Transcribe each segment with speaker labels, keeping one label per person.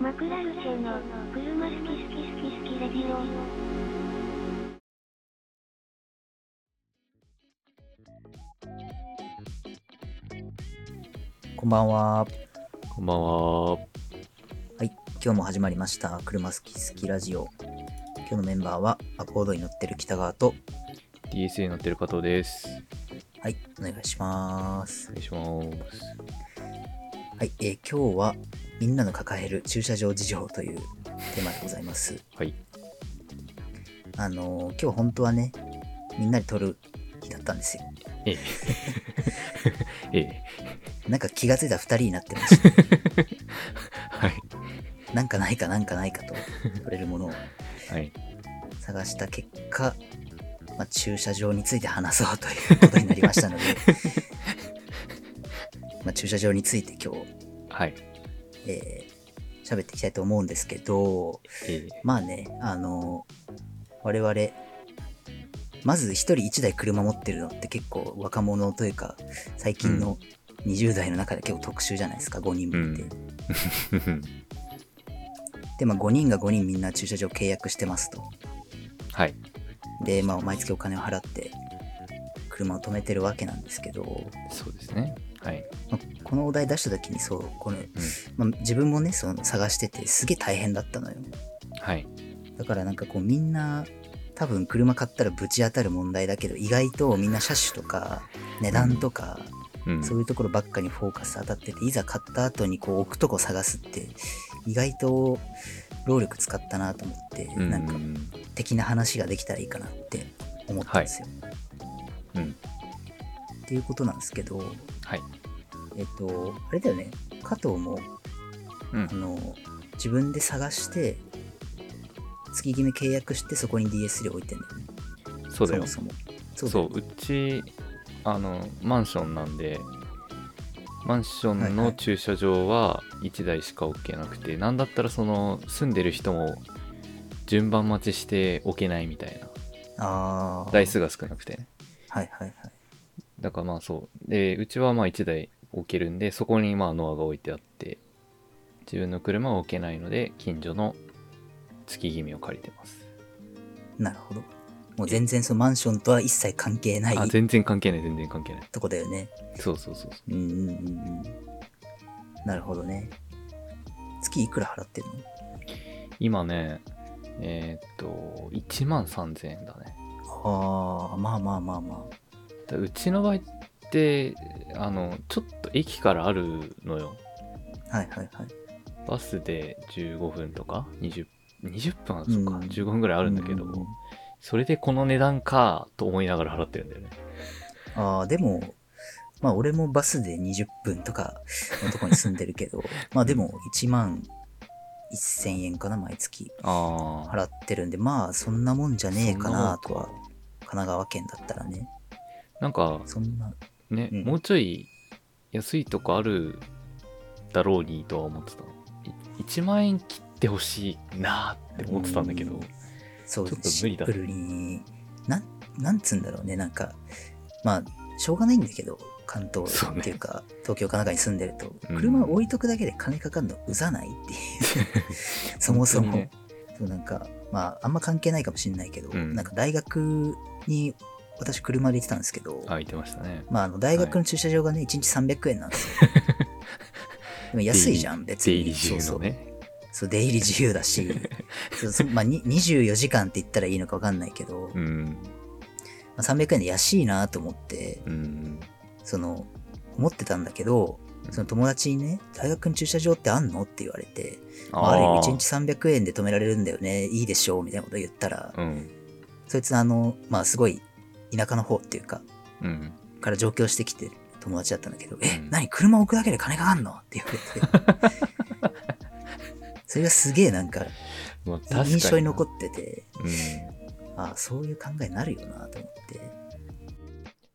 Speaker 1: マクラルチェの車好き好き好き好きレディオ
Speaker 2: こんばんは。
Speaker 3: こんばんは。
Speaker 2: はい。今日も始まりました。車好き好きラジオ。今日のメンバーは、アコードに乗ってる北川と、
Speaker 3: DSA に乗ってる加藤です。
Speaker 2: はい。お願いします
Speaker 3: お。願いします。
Speaker 2: はい。えー今日は、みんなの抱える駐車場事情というテーマでございます。
Speaker 3: はい。
Speaker 2: あのー今日本当はね、みんなで撮る日だったんですよ。
Speaker 3: ええ。ええ。
Speaker 2: なんか気がついたら2人になってました。
Speaker 3: はい。
Speaker 2: なんかないかなんかないかと、撮れるものを
Speaker 3: はい。
Speaker 2: 探した結果、まあ、駐車場について話そうということになりましたの でまあ駐車場について今日
Speaker 3: はい。
Speaker 2: えー喋っていきたいと思うんですけど
Speaker 3: ええ。
Speaker 2: まあねあの我々まず1人1台車持ってるのって結構若者というか最近の20代の中で結構特殊じゃないですか5人もいて、
Speaker 3: うん
Speaker 2: で
Speaker 3: ふふん
Speaker 2: まあ5人が5人みんな駐車場契約してますと
Speaker 3: はい。
Speaker 2: で、まあ、毎月お金を払って車を止めてるわけなんですけど、
Speaker 3: そうですね。はい。
Speaker 2: まあこのお題出した時にそうこの、
Speaker 3: ん
Speaker 2: まあ、自分もねその探しててすげえ大変だったのよ
Speaker 3: はい。
Speaker 2: だからなんかこうみんな多分車買ったらぶち当たる問題だけど意外とみんな車種とか値段とか、
Speaker 3: うん。
Speaker 2: そういうところばっかにフォーカス当たってていざ買った後にこう置くとこ探すって意外と労力使ったなと思って、
Speaker 3: うん
Speaker 2: なんか的な話ができたらいいかなって思ったんですよ。
Speaker 3: うん。
Speaker 2: っていうことなんですけど、
Speaker 3: はい。
Speaker 2: えっと、あれだよね、加藤も、
Speaker 3: うん
Speaker 2: あ。の自分で探して、月決め契約して、そこに DS3 置いてんだよね。
Speaker 3: そうだよ。
Speaker 2: そもそ
Speaker 3: そ
Speaker 2: も。
Speaker 3: う
Speaker 2: そう
Speaker 3: うちあのマンションなんでマンション
Speaker 2: はいは
Speaker 3: の
Speaker 2: い
Speaker 3: 駐車場は1台しか置けなくて、なんだったらその住んでる人も順番待ちして置けないみたいな
Speaker 2: だよ。ああ。
Speaker 3: 台数が少なくてね
Speaker 2: はいはいはい。
Speaker 3: だからまあそうでうちはまあ1台置けるんでそこにまあノアが置いてあって自分の車は置けないので近所の月気味を借りてます
Speaker 2: なるほど。もう全然そのマンションとは一切関係ない
Speaker 3: あ全然関係ない全然関係ない
Speaker 2: とこだよね。
Speaker 3: そうそうそうそう
Speaker 2: うんうんうんうん。なるほどね。月いくら払ってるの
Speaker 3: 今ねえーっと1万3000円だね
Speaker 2: ああ、まあまあまあまあ。
Speaker 3: だうちの場合ってあのちょっと駅からあるのよ
Speaker 2: はいはいはい。
Speaker 3: バスで15分とか 20, 20分はそうか、
Speaker 2: うん
Speaker 3: 15分ぐらいあるんだけど、
Speaker 2: う
Speaker 3: それでこの値段かと思いながら払ってるんだよね
Speaker 2: ああ、でも、まあ俺もバスで20分とかのとこに住んでるけど、 まあでも1万1000円かな、毎月
Speaker 3: ああ
Speaker 2: 払ってるんで、まあそんなもんじゃねえかなとは
Speaker 3: そんなも、
Speaker 2: 神奈川県だったらね、
Speaker 3: なんか
Speaker 2: そんな、
Speaker 3: ね、
Speaker 2: うん
Speaker 3: もうちょい安いとこあるだろうにとは思ってたい1万円切ってほしいなーって思ってたんだけど、
Speaker 2: うんそう、
Speaker 3: ちょっと無
Speaker 2: シン
Speaker 3: 理
Speaker 2: プ
Speaker 3: だ
Speaker 2: ルに、なん、なんつうんだろうね、なんか、まあ、しょうがないんだけど、関東
Speaker 3: そうね
Speaker 2: っていうか、東京、神奈川に住んでると、
Speaker 3: うん
Speaker 2: 車置いとくだけで金かかるのうざないっていう、 そもそ
Speaker 3: 本
Speaker 2: も
Speaker 3: 当。にね
Speaker 2: そうなんかまああんま関係ないかもしれないけど、
Speaker 3: うん
Speaker 2: なんか大学に私車で行ってたんですけど、
Speaker 3: あ言ってましたね
Speaker 2: まあ、あの大学の駐車場がね、1日300円なんですよ でも安いじゃん別
Speaker 3: 出
Speaker 2: に
Speaker 3: 入り中
Speaker 2: そ
Speaker 3: の
Speaker 2: うそう
Speaker 3: ね
Speaker 2: そう出入り自由だし そうそうまあ、に24時間って言ったらいいのか分かんないけど、ま
Speaker 3: うん
Speaker 2: あ、300円で安いなと思って
Speaker 3: うん
Speaker 2: その思ってたんだけど
Speaker 3: うん
Speaker 2: その友達にね大学の駐車場ってあんのって言われてまあ
Speaker 3: ー
Speaker 2: ある意味1日300円で止められるんだよねいいでしょうみたいなこと言ったら、
Speaker 3: うん
Speaker 2: そいつあの、まあすごい田舎の方っていうか、
Speaker 3: うん
Speaker 2: から上京してきてる友達だったんだけど、え、
Speaker 3: うん
Speaker 2: 何車置くだけで金かかんのって言われて。 それがすげえなんか
Speaker 3: まあ、確かに
Speaker 2: 印象に残ってて、
Speaker 3: うん、
Speaker 2: ああ、そういう考えになるよなと思って。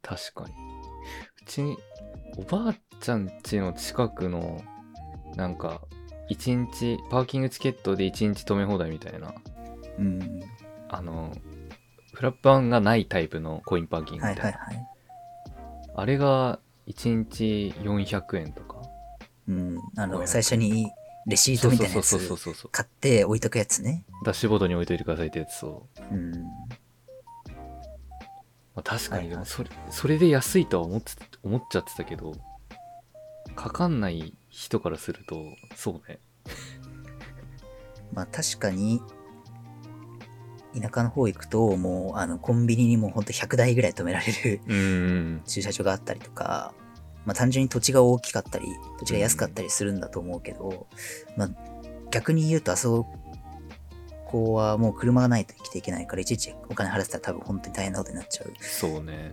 Speaker 3: 確かにうちにおばあちゃん家の近くのなんか一日パーキングチケットで一日止め放題みたいな
Speaker 2: うん。
Speaker 3: あのフラップ版がないタイプのコインパーキング
Speaker 2: は
Speaker 3: み
Speaker 2: い
Speaker 3: たいな、
Speaker 2: はいはい。
Speaker 3: あれが一日400円とか
Speaker 2: うん。あ
Speaker 3: こうや
Speaker 2: の、
Speaker 3: って
Speaker 2: 最初にレシートみたいなや
Speaker 3: そうそう
Speaker 2: つ
Speaker 3: そうそうそ
Speaker 2: 買って置いとくやつね。
Speaker 3: うダッシュボードに置いといてくださいってやつそう、
Speaker 2: うん。
Speaker 3: まあ、確
Speaker 2: は
Speaker 3: か
Speaker 2: いは
Speaker 3: に
Speaker 2: い
Speaker 3: でもそれそれで安いとは思って思っちゃってたけどかかんない人からするとそうね
Speaker 2: まあ確かに、田舎の方行くと、もう、あの、コンビニにもうほんと100台ぐらい止められる
Speaker 3: うーん
Speaker 2: 駐車場があったりとか、まあ単純に土地が大きかったり、土地が安かったりするんだと思うけど、まあ逆に言うと、あそこはもう車がないと生きていけないから、いちいちお金払ってたら多分本当に大変なことになっちゃう
Speaker 3: そうね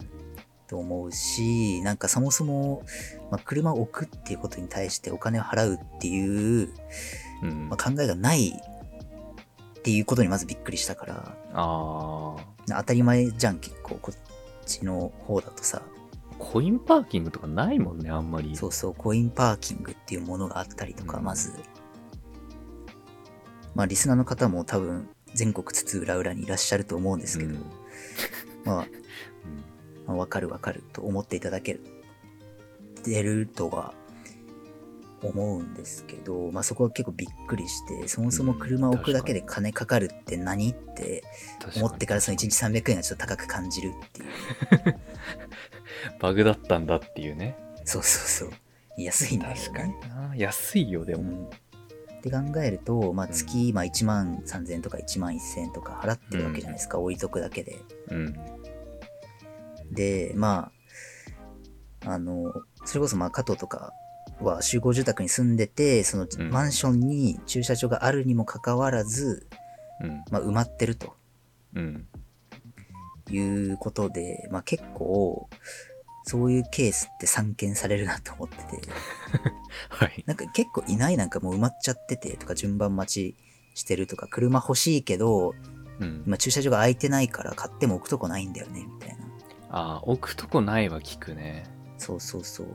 Speaker 2: と思うし、なんかそもそも、まあ、車を置くっていうことに対してお金を払うっていう、
Speaker 3: うん、
Speaker 2: まあ、考えがないっていうことにまずびっくりしたから、
Speaker 3: あー
Speaker 2: 当たり前じゃん結構こっちの方だとさ、
Speaker 3: コインパーキングとかないもんねあんまり
Speaker 2: そうそう、コインパーキングっていうものがあったりとか、
Speaker 3: うん
Speaker 2: まず、まあリスナーの方も多分全国津々浦々にいらっしゃると思うんですけど、
Speaker 3: うん
Speaker 2: まあ
Speaker 3: うん
Speaker 2: まあ、わかるわかると思っていただけてるとは思うんですけど、まあ、そこは結構びっくりしてそもそも車を置くだけで金かかるって何って
Speaker 3: 確かに
Speaker 2: 思ってからその1日300円がちょっと高く感じるっていう
Speaker 3: バグだったんだっていうね
Speaker 2: そうそうそう安いんだよ、ね、
Speaker 3: 確かにな安いよで
Speaker 2: う
Speaker 3: も、
Speaker 2: んって考えると、まあ、月、まあ、1万3000円とか1万1000円とか払ってるわけじゃないですか、置いとくだけで。
Speaker 3: うん、
Speaker 2: で、まあ、あの、それこそ、まあ、加藤とかは集合住宅に住んでて、その
Speaker 3: うん
Speaker 2: マンションに駐車場があるにもかかわらず、まあ、埋まってると
Speaker 3: うんうん
Speaker 2: いうことで、まあ、結構、そういうケースって散見されるなと思ってて、
Speaker 3: はい
Speaker 2: なんか結構いないなんかもう埋まっちゃっててとか、順番待ちしてるとか、車欲しいけど、
Speaker 3: うん
Speaker 2: 今駐車場が空いてないから買っても置くとこないんだよね、みたいな。
Speaker 3: ああ置くとこないは聞くね
Speaker 2: そうそうそう。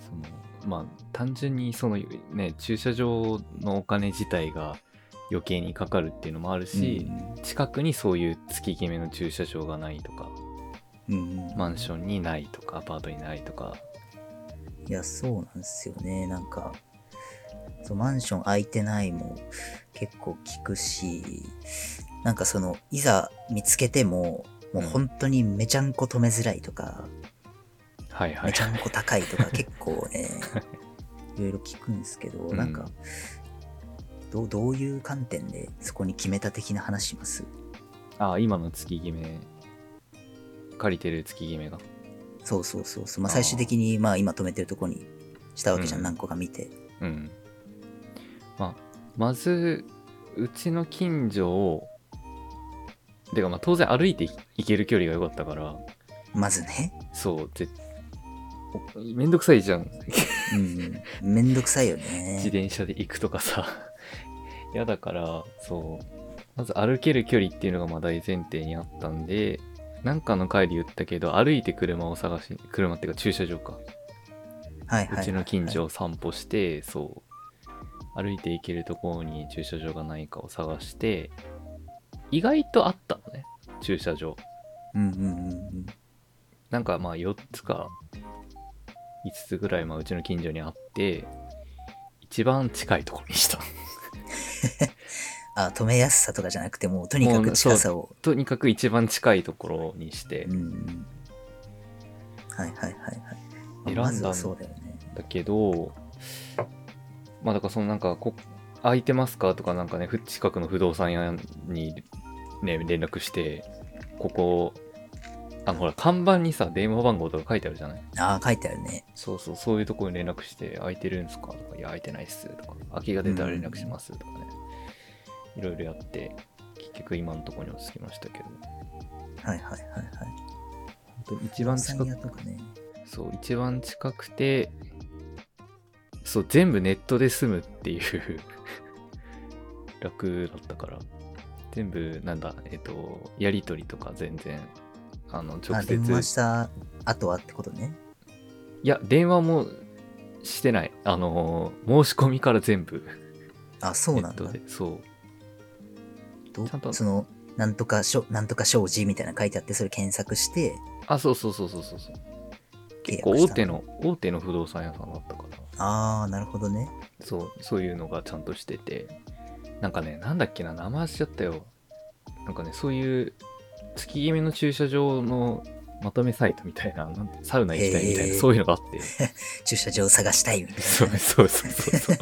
Speaker 3: そのまあ単純にそのね駐車場のお金自体が余計にかかるっていうのもあるし、近くにそういう月決めの駐車場がないとか
Speaker 2: うん、うん
Speaker 3: マンションにないとかアパートにないとか
Speaker 2: いや、そうなんですよね。なんか、そうマンション空いてないも結構聞くし、なんかその、いざ見つけても、もう本当にめちゃんこ止めづらいとか、
Speaker 3: はいはい
Speaker 2: めちゃんこ高い とか結構ね、いろいろ聞くんですけど、
Speaker 3: ん
Speaker 2: なんか、どうどういう観点でそこに決めた的な話します
Speaker 3: ああ今の月決め借りてる月決めが
Speaker 2: そうそうそうそう。まあ、
Speaker 3: あー
Speaker 2: 最終的に、まあ今止めてるとこにしたわけじゃん、
Speaker 3: うん
Speaker 2: 何個か見て。
Speaker 3: うん。まあ、まず、うちの近所を、てかまあ当然歩いてい行ける距離が良かったから、
Speaker 2: まずね、
Speaker 3: そう、ぜおめんどくさいじゃん。
Speaker 2: うん、めんどくさいよ ね。
Speaker 3: 自転車で行くとかさ。 嫌だから、そう。まず歩ける距離っていうのがまあ大前提にあったんで、なんかの回で言ったけど、歩いて車を探し、車っていうか駐車場か。
Speaker 2: はいはいはいは
Speaker 3: う
Speaker 2: い
Speaker 3: ちの近所を散歩して、そう、歩いて行けるところに駐車場がないかを探して、意外とあったのね、駐車場。
Speaker 2: うんうんうんうん
Speaker 3: なんかまあ4つか5つぐらい、まあうちの近所にあって、一番近いところにした。
Speaker 2: あ止めやすさとかじゃなくてもうとにかく近さを
Speaker 3: とにかく一番近いところにして
Speaker 2: う、んうんはいはいはいはい
Speaker 3: 選んだ
Speaker 2: まずはそうだよね
Speaker 3: だけど、まあだからそのなんかこ、空いてますかとかなんかね、ふ近くの不動産屋にね、連絡して、ここ、あのほら、看板にさ、電話番号とか書いてあるじゃない
Speaker 2: ああ書いてあるね
Speaker 3: そうそう、そういうところに連絡して、空いてるんですかとか、いや、空いてないっすとか、空きが出たら連絡しますとかね、いろいろやって、結局今のところに落ち着きましたけど、
Speaker 2: はいはいはいはい
Speaker 3: 本当に一番近
Speaker 2: 山
Speaker 3: く
Speaker 2: 菜屋とかね
Speaker 3: そう、一番近くて、そう、全部ネットで済むっていう楽だったから、全部、なんだ、えっ、と、やりとりとか全然、あの、直
Speaker 2: あ電話し
Speaker 3: 接、
Speaker 2: た後はってことね
Speaker 3: いや、電話もしてない。あのー、申し込みから全部、
Speaker 2: あそう
Speaker 3: ネ
Speaker 2: な
Speaker 3: ッ
Speaker 2: んだ
Speaker 3: トで、そう、
Speaker 2: どう
Speaker 3: ちゃんと
Speaker 2: そのなんとかしょなんとか障子みたいなの書いてあってそれ検索して
Speaker 3: あ、そうそうそうそうそうそう。
Speaker 2: 契
Speaker 3: 結
Speaker 2: 約
Speaker 3: 構
Speaker 2: し
Speaker 3: 大
Speaker 2: た
Speaker 3: 手の、大手の不動産屋さんだったから、
Speaker 2: ああ、なるほどね。
Speaker 3: そう、そういうのがちゃんとしてて、なんかね、なんだっけな、名前しちゃったよ。なんかね、そういう月決めの駐車場のまとめサイトみたいな、なんてサウナ行きたいみたい
Speaker 2: へ
Speaker 3: な、
Speaker 2: ー
Speaker 3: そういうのがあって。
Speaker 2: 駐車場探したいみたい
Speaker 3: そうそうそうそうそう。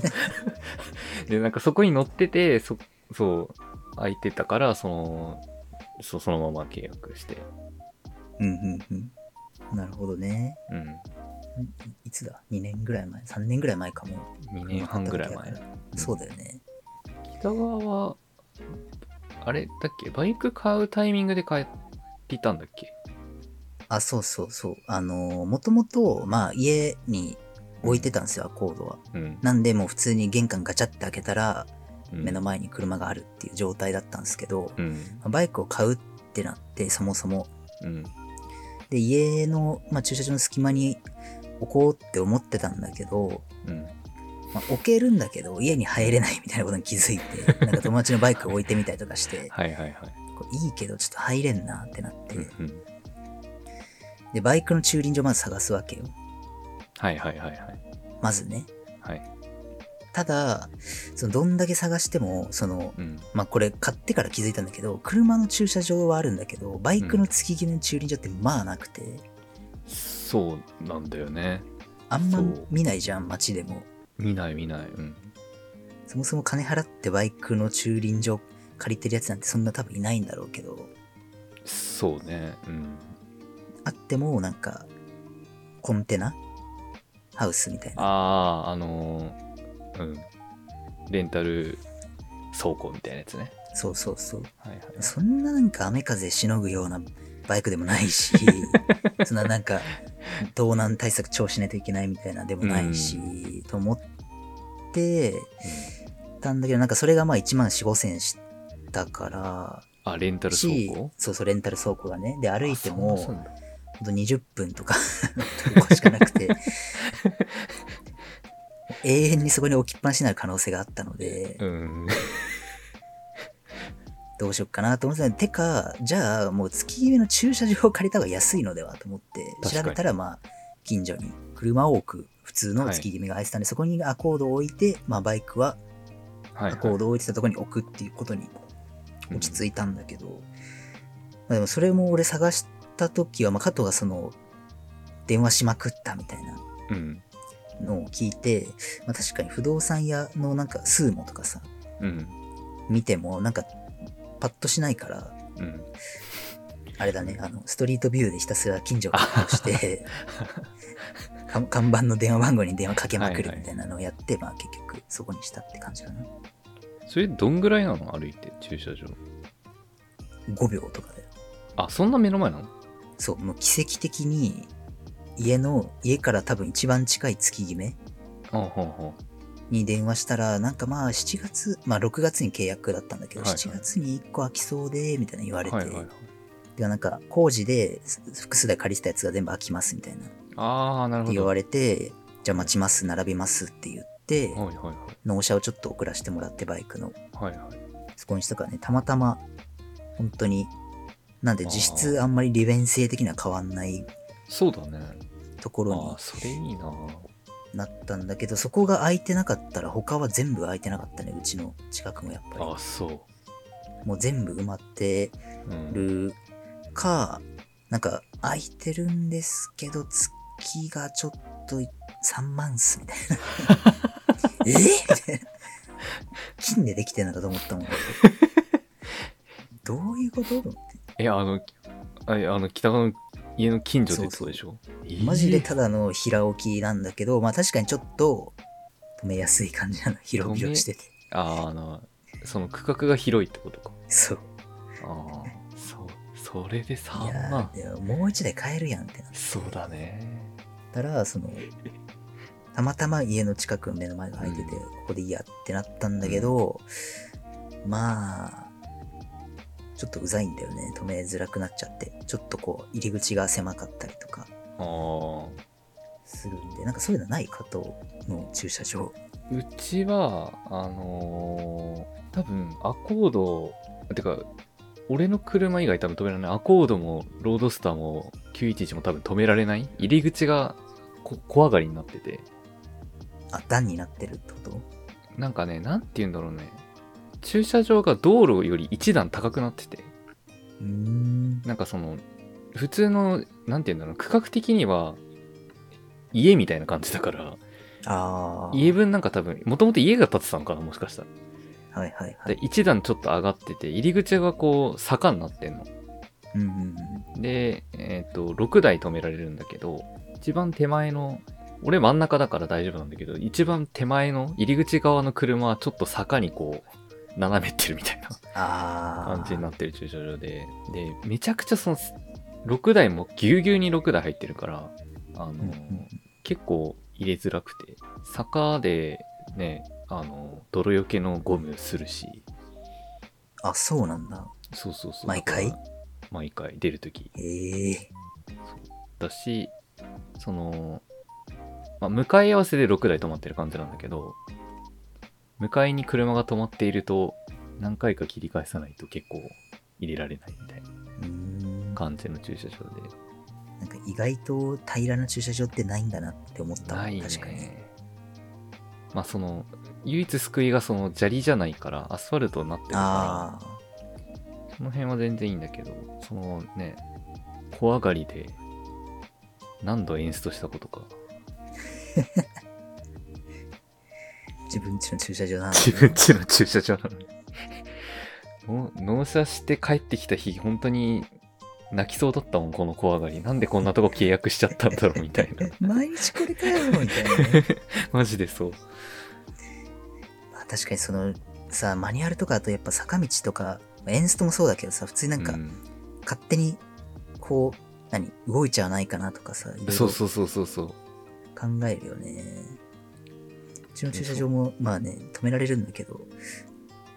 Speaker 3: で、なんかそこに乗ってて、そそう、空いてたから、その、そそのまま契約して。
Speaker 2: な。うんうんうん。なるほどね。
Speaker 3: うん。
Speaker 2: いつだ ?2 年ぐらい前 ?3 年ぐらい前かも。
Speaker 3: 2年半ぐらい前。
Speaker 2: そうだよね。
Speaker 3: 北川は、あれだっけバイク買うタイミングで買っていたんだっけ
Speaker 2: あ、そうそうそう。あのー、もともと、まあ、家に置いてたんですよ、アコードは。
Speaker 3: うん。
Speaker 2: なんで、もう普通に玄関ガチャって開けたら、
Speaker 3: うん
Speaker 2: 目の前に車があるっていう状態だったんですけど、
Speaker 3: うん。
Speaker 2: バイクを買うってなって、そもそも。
Speaker 3: うん。
Speaker 2: で、家の、まあ、駐車場の隙間に置こうって思ってたんだけど、
Speaker 3: うん。
Speaker 2: まあ、置けるんだけど、家に入れないみたいなことに気づい て、なんか友達のバイクを置いてみたりとかして、
Speaker 3: はいはいはい。
Speaker 2: こういいけどちょっと入れんなってなって、
Speaker 3: うんうん。
Speaker 2: で、バイクの駐輪場まず探すわけよ。
Speaker 3: はいはいはいはい。
Speaker 2: まずね。
Speaker 3: はい。
Speaker 2: ただ、そのどんだけ探しても、その、
Speaker 3: うん。
Speaker 2: まあこれ買ってから気づいたんだけど、車の駐車場はあるんだけど、バイクの月決めの駐輪場ってまあなくて、
Speaker 3: そうなんだよね。
Speaker 2: あんま
Speaker 3: そう
Speaker 2: 見ないじゃん、街でも。
Speaker 3: 見ない見ない。うん。
Speaker 2: そもそも金払ってバイクの駐輪場借りてるやつなんてそんな多分いないんだろうけど、
Speaker 3: そうね。うん。
Speaker 2: あってもなんか、コンテナハウスみたいな。
Speaker 3: ああ、あのーうん。レンタル倉庫みたいなやつね。
Speaker 2: そうそうそう。
Speaker 3: はいはい。
Speaker 2: そんななんか雨風しのぐようなバイクでもない し、そんななんか、盗難対策超しないといけないみたいなでもないし、と思ってたんだけど、なんかそれがまあ1万4、5千したから、
Speaker 3: あ、レンタル倉
Speaker 2: し
Speaker 3: 庫、
Speaker 2: そうそう、レンタル倉庫がね。で、歩いて
Speaker 3: あそう
Speaker 2: も、
Speaker 3: なんだ
Speaker 2: ほんと20分とかとかしかなく て永遠にそこに置きっぱなしになる可能性があったので、
Speaker 3: うん。
Speaker 2: どうしよっかなと思ってたのてかじゃあもう月決めの駐車場を借りた方が安いのではと思って
Speaker 3: 確か
Speaker 2: 調
Speaker 3: に
Speaker 2: べたらまあ近所に車を置く普通の月決めが空いてたんで、そこにアコードを置いて、まあ、バイクは
Speaker 3: はい、
Speaker 2: アコー
Speaker 3: は
Speaker 2: ドを置いてたところに置くっていうことに
Speaker 3: い。
Speaker 2: 落ち着いたんだけど、まあでもそれも俺探した時は、まあ、加藤がその電話しまくったみたいな
Speaker 3: うん。
Speaker 2: のを聞いて、まあ、確かに不動産屋のなんかスーモとかさ
Speaker 3: うん。
Speaker 2: 見てもなんかパッとしないから
Speaker 3: うん。
Speaker 2: あれだねあのストリートビューでひたすら近所を確保して か看板の電話番号に電話かけまくるみたいなのをやって、まあ、結局そこにしたって感じかな
Speaker 3: それどんぐらいなの歩いて駐車場。
Speaker 2: 5秒とかだよ
Speaker 3: あ、そんな目の前なの
Speaker 2: そうもう奇跡的に家の家から多分一番近い月決め
Speaker 3: あほうほ
Speaker 2: に電話したらなんかまあ7月まあ6月に契約だったんだけど、
Speaker 3: はいはい
Speaker 2: 7月に1個空きそうでみたいな言わ
Speaker 3: う。
Speaker 2: れて、
Speaker 3: はいはいはい。
Speaker 2: でなんか工事です複数台借りてたやつが全部空きますみたいな
Speaker 3: ああ、なるほ
Speaker 2: 言
Speaker 3: ど。
Speaker 2: わ
Speaker 3: はい
Speaker 2: れてじゃあ待ちます並びますって言って
Speaker 3: はいはい。
Speaker 2: 納車をちょっと遅らせてもらってバイクの
Speaker 3: はいはい。
Speaker 2: そこにしたからねたまたま本当になんで
Speaker 3: あー
Speaker 2: 実質あんまり利便性的には変わんない
Speaker 3: そうだね。
Speaker 2: ところ
Speaker 3: あ
Speaker 2: に
Speaker 3: あ、それいいな。
Speaker 2: なったんだけどそこが空いてなかったら他は全部空いてなかったねうちの近くもやっぱり
Speaker 3: ああ、そ
Speaker 2: もう全部埋まって
Speaker 3: う。うん。
Speaker 2: るか、なんか空いてるんですけど、月がちょっと3万っすみたいな。えみたいな。金でできてんのかと思ったもん。どういうことと思って
Speaker 3: え、あの、あれあの、北川の家の近所でってことでしょ
Speaker 2: マジで
Speaker 3: えー
Speaker 2: ただの平置きなんだけど、まあ確かにちょっと止めやすい感じなの。広々してて。
Speaker 3: あーあのその区画が広いってことか
Speaker 2: そう。
Speaker 3: ああそうそれで
Speaker 2: い
Speaker 3: 3
Speaker 2: や
Speaker 3: 万
Speaker 2: ーでももう一台買えるやんってなっ
Speaker 3: そうだね
Speaker 2: たら、その、たまたま家の近くの目の前が空いてて、
Speaker 3: うん
Speaker 2: ここでいいやってなったんだけど、まあ、ちょっとうざいんだよね。止めづらくなっちゃって。ちょっとこう、入り口が狭かったりとか
Speaker 3: ああ
Speaker 2: するんで、なんかそういうのない加藤の駐車場。
Speaker 3: うちはあのー多分アコードてか俺の車以外多分止められないアコードもロードスターも911も多分止められない入り口がこ小上がりになってて
Speaker 2: あ、段になってるってこと
Speaker 3: なんかねなんて言うんだろうね駐車場が道路より一段高くなってて
Speaker 2: うーん。
Speaker 3: なんかその普通のなんて言うんだろう区画的には家みたいな感じだから
Speaker 2: ああ。
Speaker 3: 家分なんか多分もともと家が建ってたのかなもしかしたら
Speaker 2: はいはいは
Speaker 3: で
Speaker 2: い。
Speaker 3: 一段ちょっと上がってて入り口がこう坂になってんの
Speaker 2: うんうんうん。
Speaker 3: で、えっと6台止められるんだけど一番手前の俺真ん中だから大丈夫なんだけど一番手前の入り口側の車はちょっと坂にこう斜めってるみたいな
Speaker 2: ああ。
Speaker 3: 感じになってる駐車場ででめちゃくちゃその6台もぎゅうぎゅうに6台入ってるからあ
Speaker 2: う
Speaker 3: の、
Speaker 2: んうん
Speaker 3: 結構入れづらくて坂でねあの泥よけのゴムするし
Speaker 2: あ、そうなんだ。
Speaker 3: そうそうそう
Speaker 2: 毎回
Speaker 3: だから毎回出るとき
Speaker 2: へえ。
Speaker 3: だしその、まあ、向かい合わせで6台止まってる感じなんだけど向かいに車が止まっていると何回か切り返さないと結構入れられないみたいな
Speaker 2: うーん。
Speaker 3: 感じの駐車場で
Speaker 2: なんか意外と平らな駐車場ってないんだなって思ったわ
Speaker 3: ないね
Speaker 2: 確かに。
Speaker 3: まあその唯一救いがその砂利じゃないからアスファルトになってるか
Speaker 2: ああ。
Speaker 3: らその辺は全然いいんだけどそのね小上がりで何度演出したことか
Speaker 2: 自分家の駐車場なのに。
Speaker 3: 自分家の駐車場なのに もう納車して帰ってきた日本当に泣きそうだったもんこの小上がりなんでこんなとこ契約しちゃったんだろうみたいな
Speaker 2: 毎日これかよみたいなね、
Speaker 3: マジでそう
Speaker 2: まあ確かにそのさマニュアルとかあとやっぱ坂道とかまあエンストもそうだけどさ普通なん
Speaker 3: う
Speaker 2: か
Speaker 3: ん
Speaker 2: 勝手にこう、何動いちゃわないかなとかさいろいろ
Speaker 3: そうそうそうそうそう
Speaker 2: 考えるよねうちの駐車場もまあね止められるんだけど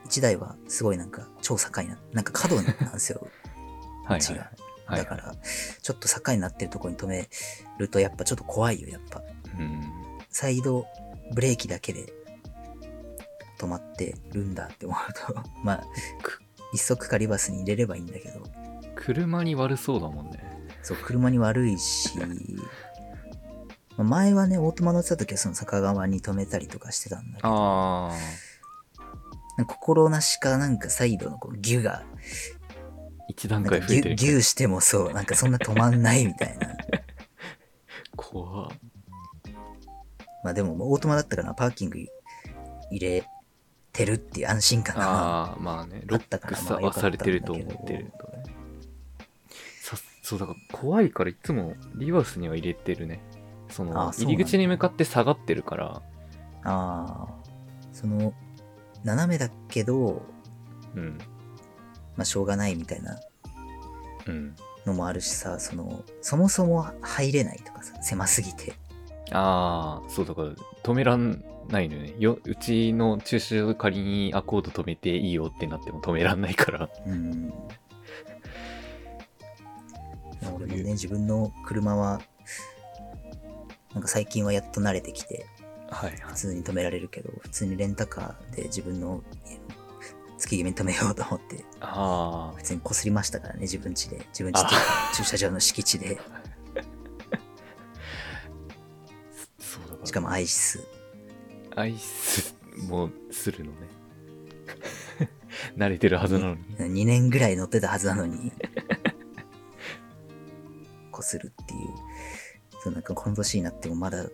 Speaker 2: 1台はすごいなんか超境ななんか角なんですよ
Speaker 3: はい
Speaker 2: 道
Speaker 3: はい
Speaker 2: が
Speaker 3: はい
Speaker 2: だから、ちょっと境になってるところに止めるとやっぱちょっと怖いよやっぱ
Speaker 3: うん
Speaker 2: サイドブレーキだけで止まってるんだって思うと まあ
Speaker 3: く
Speaker 2: 一足かリバースに入れればいいんだけど
Speaker 3: 車に悪そうだもんね
Speaker 2: そう車に悪いしまあ前はねオートマ乗ってた時はその坂側に止めたりとかしてたんだけど
Speaker 3: ああ
Speaker 2: なんか心なしかなんかサイドのこうギュが
Speaker 3: 一
Speaker 2: な
Speaker 3: 段
Speaker 2: んか
Speaker 3: 階増
Speaker 2: ギ
Speaker 3: えて
Speaker 2: ュ
Speaker 3: る
Speaker 2: ギュしてもそうなんかそんな止まんないみたいな
Speaker 3: 怖っ
Speaker 2: まあでももうオートマだったからパーキング入れてるっていう安心感が
Speaker 3: ああまあね
Speaker 2: あ
Speaker 3: ロ
Speaker 2: っ
Speaker 3: ッ
Speaker 2: たか
Speaker 3: ク
Speaker 2: ら
Speaker 3: さ
Speaker 2: まあよかったんだけど
Speaker 3: されてると思ってるとねさそうだから怖いからいつもリバースには入れてるねそ
Speaker 2: あーそ
Speaker 3: の
Speaker 2: うなんだ
Speaker 3: 入り口に向かって下がってるから
Speaker 2: ああその斜めだけど
Speaker 3: うん
Speaker 2: まあ、しょうがないみたいな
Speaker 3: うん
Speaker 2: のもあるしさそのそもそも入れないとかさ狭すぎて
Speaker 3: ああそうだから止めらんないのよねようちの駐車場仮にアコード止めていいよってなっても止めらんないから
Speaker 2: うん
Speaker 3: そういう
Speaker 2: 俺もね自分の車はなんか最近はやっと慣れてきて
Speaker 3: はい
Speaker 2: 普通に止められるけど普通にレンタカーで自分の家の月決めに止めようと思って
Speaker 3: ああ
Speaker 2: 普通にこすりましたからね自分家で自分家っていうか駐車場の敷地で
Speaker 3: そうだから
Speaker 2: しかもアイシス
Speaker 3: アイスもするのね 慣れてるはずなのに
Speaker 2: 2年ぐらい乗ってたはずなのに、こするっていう。そうなんかこの年になってもまだ、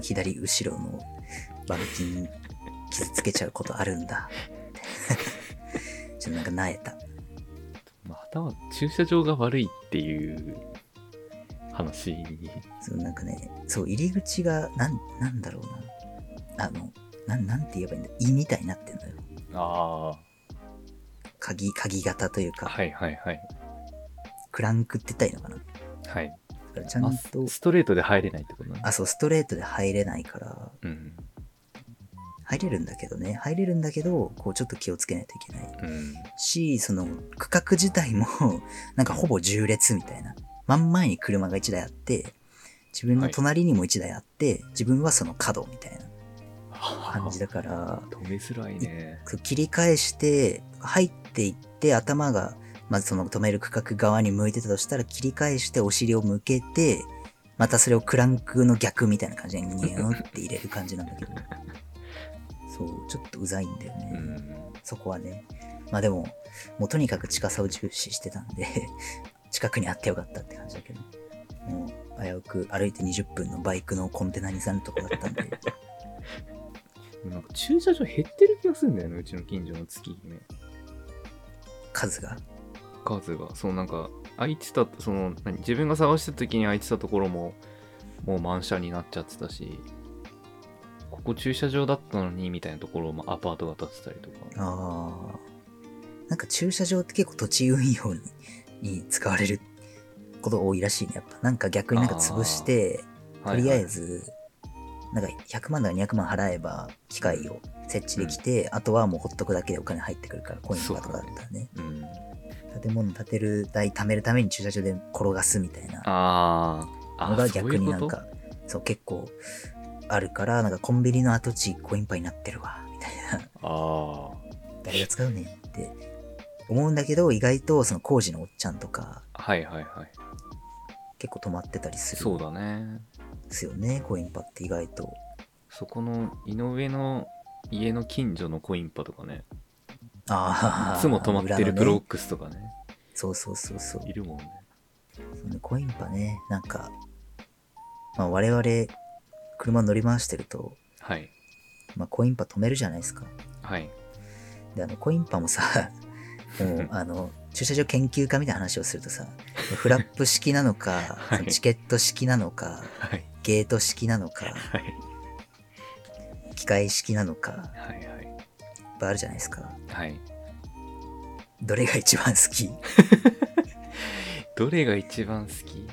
Speaker 2: 左後ろのバルキン傷つけちゃうことあるんだ。ちょっとなんかなえた。
Speaker 3: または駐車場が悪いっていう話に
Speaker 2: そうなんかね、そう、入り口が、なん、なんだろうな。あの、なん、なんて言えばいいんだ。胃みたいになってんのよ。
Speaker 3: あ
Speaker 2: 鍵、鍵型というか、
Speaker 3: はいはいはい
Speaker 2: クランクって言ったらいいのかな。だ
Speaker 3: はい
Speaker 2: からちゃんと
Speaker 3: あ、ストレートで入れないってことね
Speaker 2: あ、そう、ストレートで入れないから、
Speaker 3: うん
Speaker 2: 入れるんだけどね入れるんだけどこうちょっと気をつけないといけない
Speaker 3: うん
Speaker 2: しその区画自体も なんかほぼ重列みたいな真ん前に車が1台あって自分の隣にも1台あって、自分はその角みたいな感じだから
Speaker 3: 止めづらいね
Speaker 2: そう切り返して入っていって頭がまずその止める区画側に向いてたとしたら切り返してお尻を向けて、またそれをクランクの逆みたいな感じでニューンって入れる感じなんだけ ど。そう、ちょっとうざいんだよね。
Speaker 3: うん
Speaker 2: そこはね。まあでも、もうとにかく近さを重視してたんで、 近くにあってよかったって感じだけど、もう危うく歩いて20分のバイクのコンテナにさんのとこだったんで、
Speaker 3: でもなんか駐車場減ってる気がするんだよね、うちの近所の月姫。
Speaker 2: 数が。
Speaker 3: 数が。そう、なんか、空いてた、その、何自分が探した時に空いてたところも、もう満車になっちゃってたし、ここ駐車場だったのに、みたいなところもアパートが建ってたりとか。
Speaker 2: ああ。なんか駐車場って結構土地運用にに使われること多いらしいね。やっぱなんか逆になんか潰して、とりあえず、なんか100万だか200万払えば機械を設置できて、あとはもうほっとくだけでお金入ってくるから、コインとかとかだったらね。
Speaker 3: はいはい。うん。
Speaker 2: 建物建てる代貯めるために駐車場で転がすみたいな
Speaker 3: あーあ。
Speaker 2: のが逆になん
Speaker 3: そういうこ
Speaker 2: かそう結構あるからなんかコンビニの跡地コインパイになってるわみたいな
Speaker 3: と。ああ。
Speaker 2: 誰が使うねんって思うんだけど意外とその工事のおっちゃんとか
Speaker 3: はいはいはい。
Speaker 2: 結構止まってたりする
Speaker 3: そうんだね。
Speaker 2: ですよねコインパって意外と
Speaker 3: そこの井上の家の近所のコインパとかね、
Speaker 2: ああ
Speaker 3: いつも泊まってるブロッ
Speaker 2: ね、
Speaker 3: クスとかね、
Speaker 2: そうそうそうそう
Speaker 3: いるもんね。
Speaker 2: そうねコインパねなんか、まあ、我々車乗り回してると、
Speaker 3: はい。
Speaker 2: まあ、コインパ止めるじゃないですか
Speaker 3: はい。
Speaker 2: であのコインパもさ もうあの駐車場研究家みたいな話をするとさフラップ式なのか、
Speaker 3: はい
Speaker 2: チケット式なのか
Speaker 3: はい。
Speaker 2: ゲート式なのか
Speaker 3: はい。
Speaker 2: 機械式なのか
Speaker 3: はい。はい。
Speaker 2: いっぱいあるじゃないですか
Speaker 3: はい。
Speaker 2: どれが一番好き
Speaker 3: どれが一番好き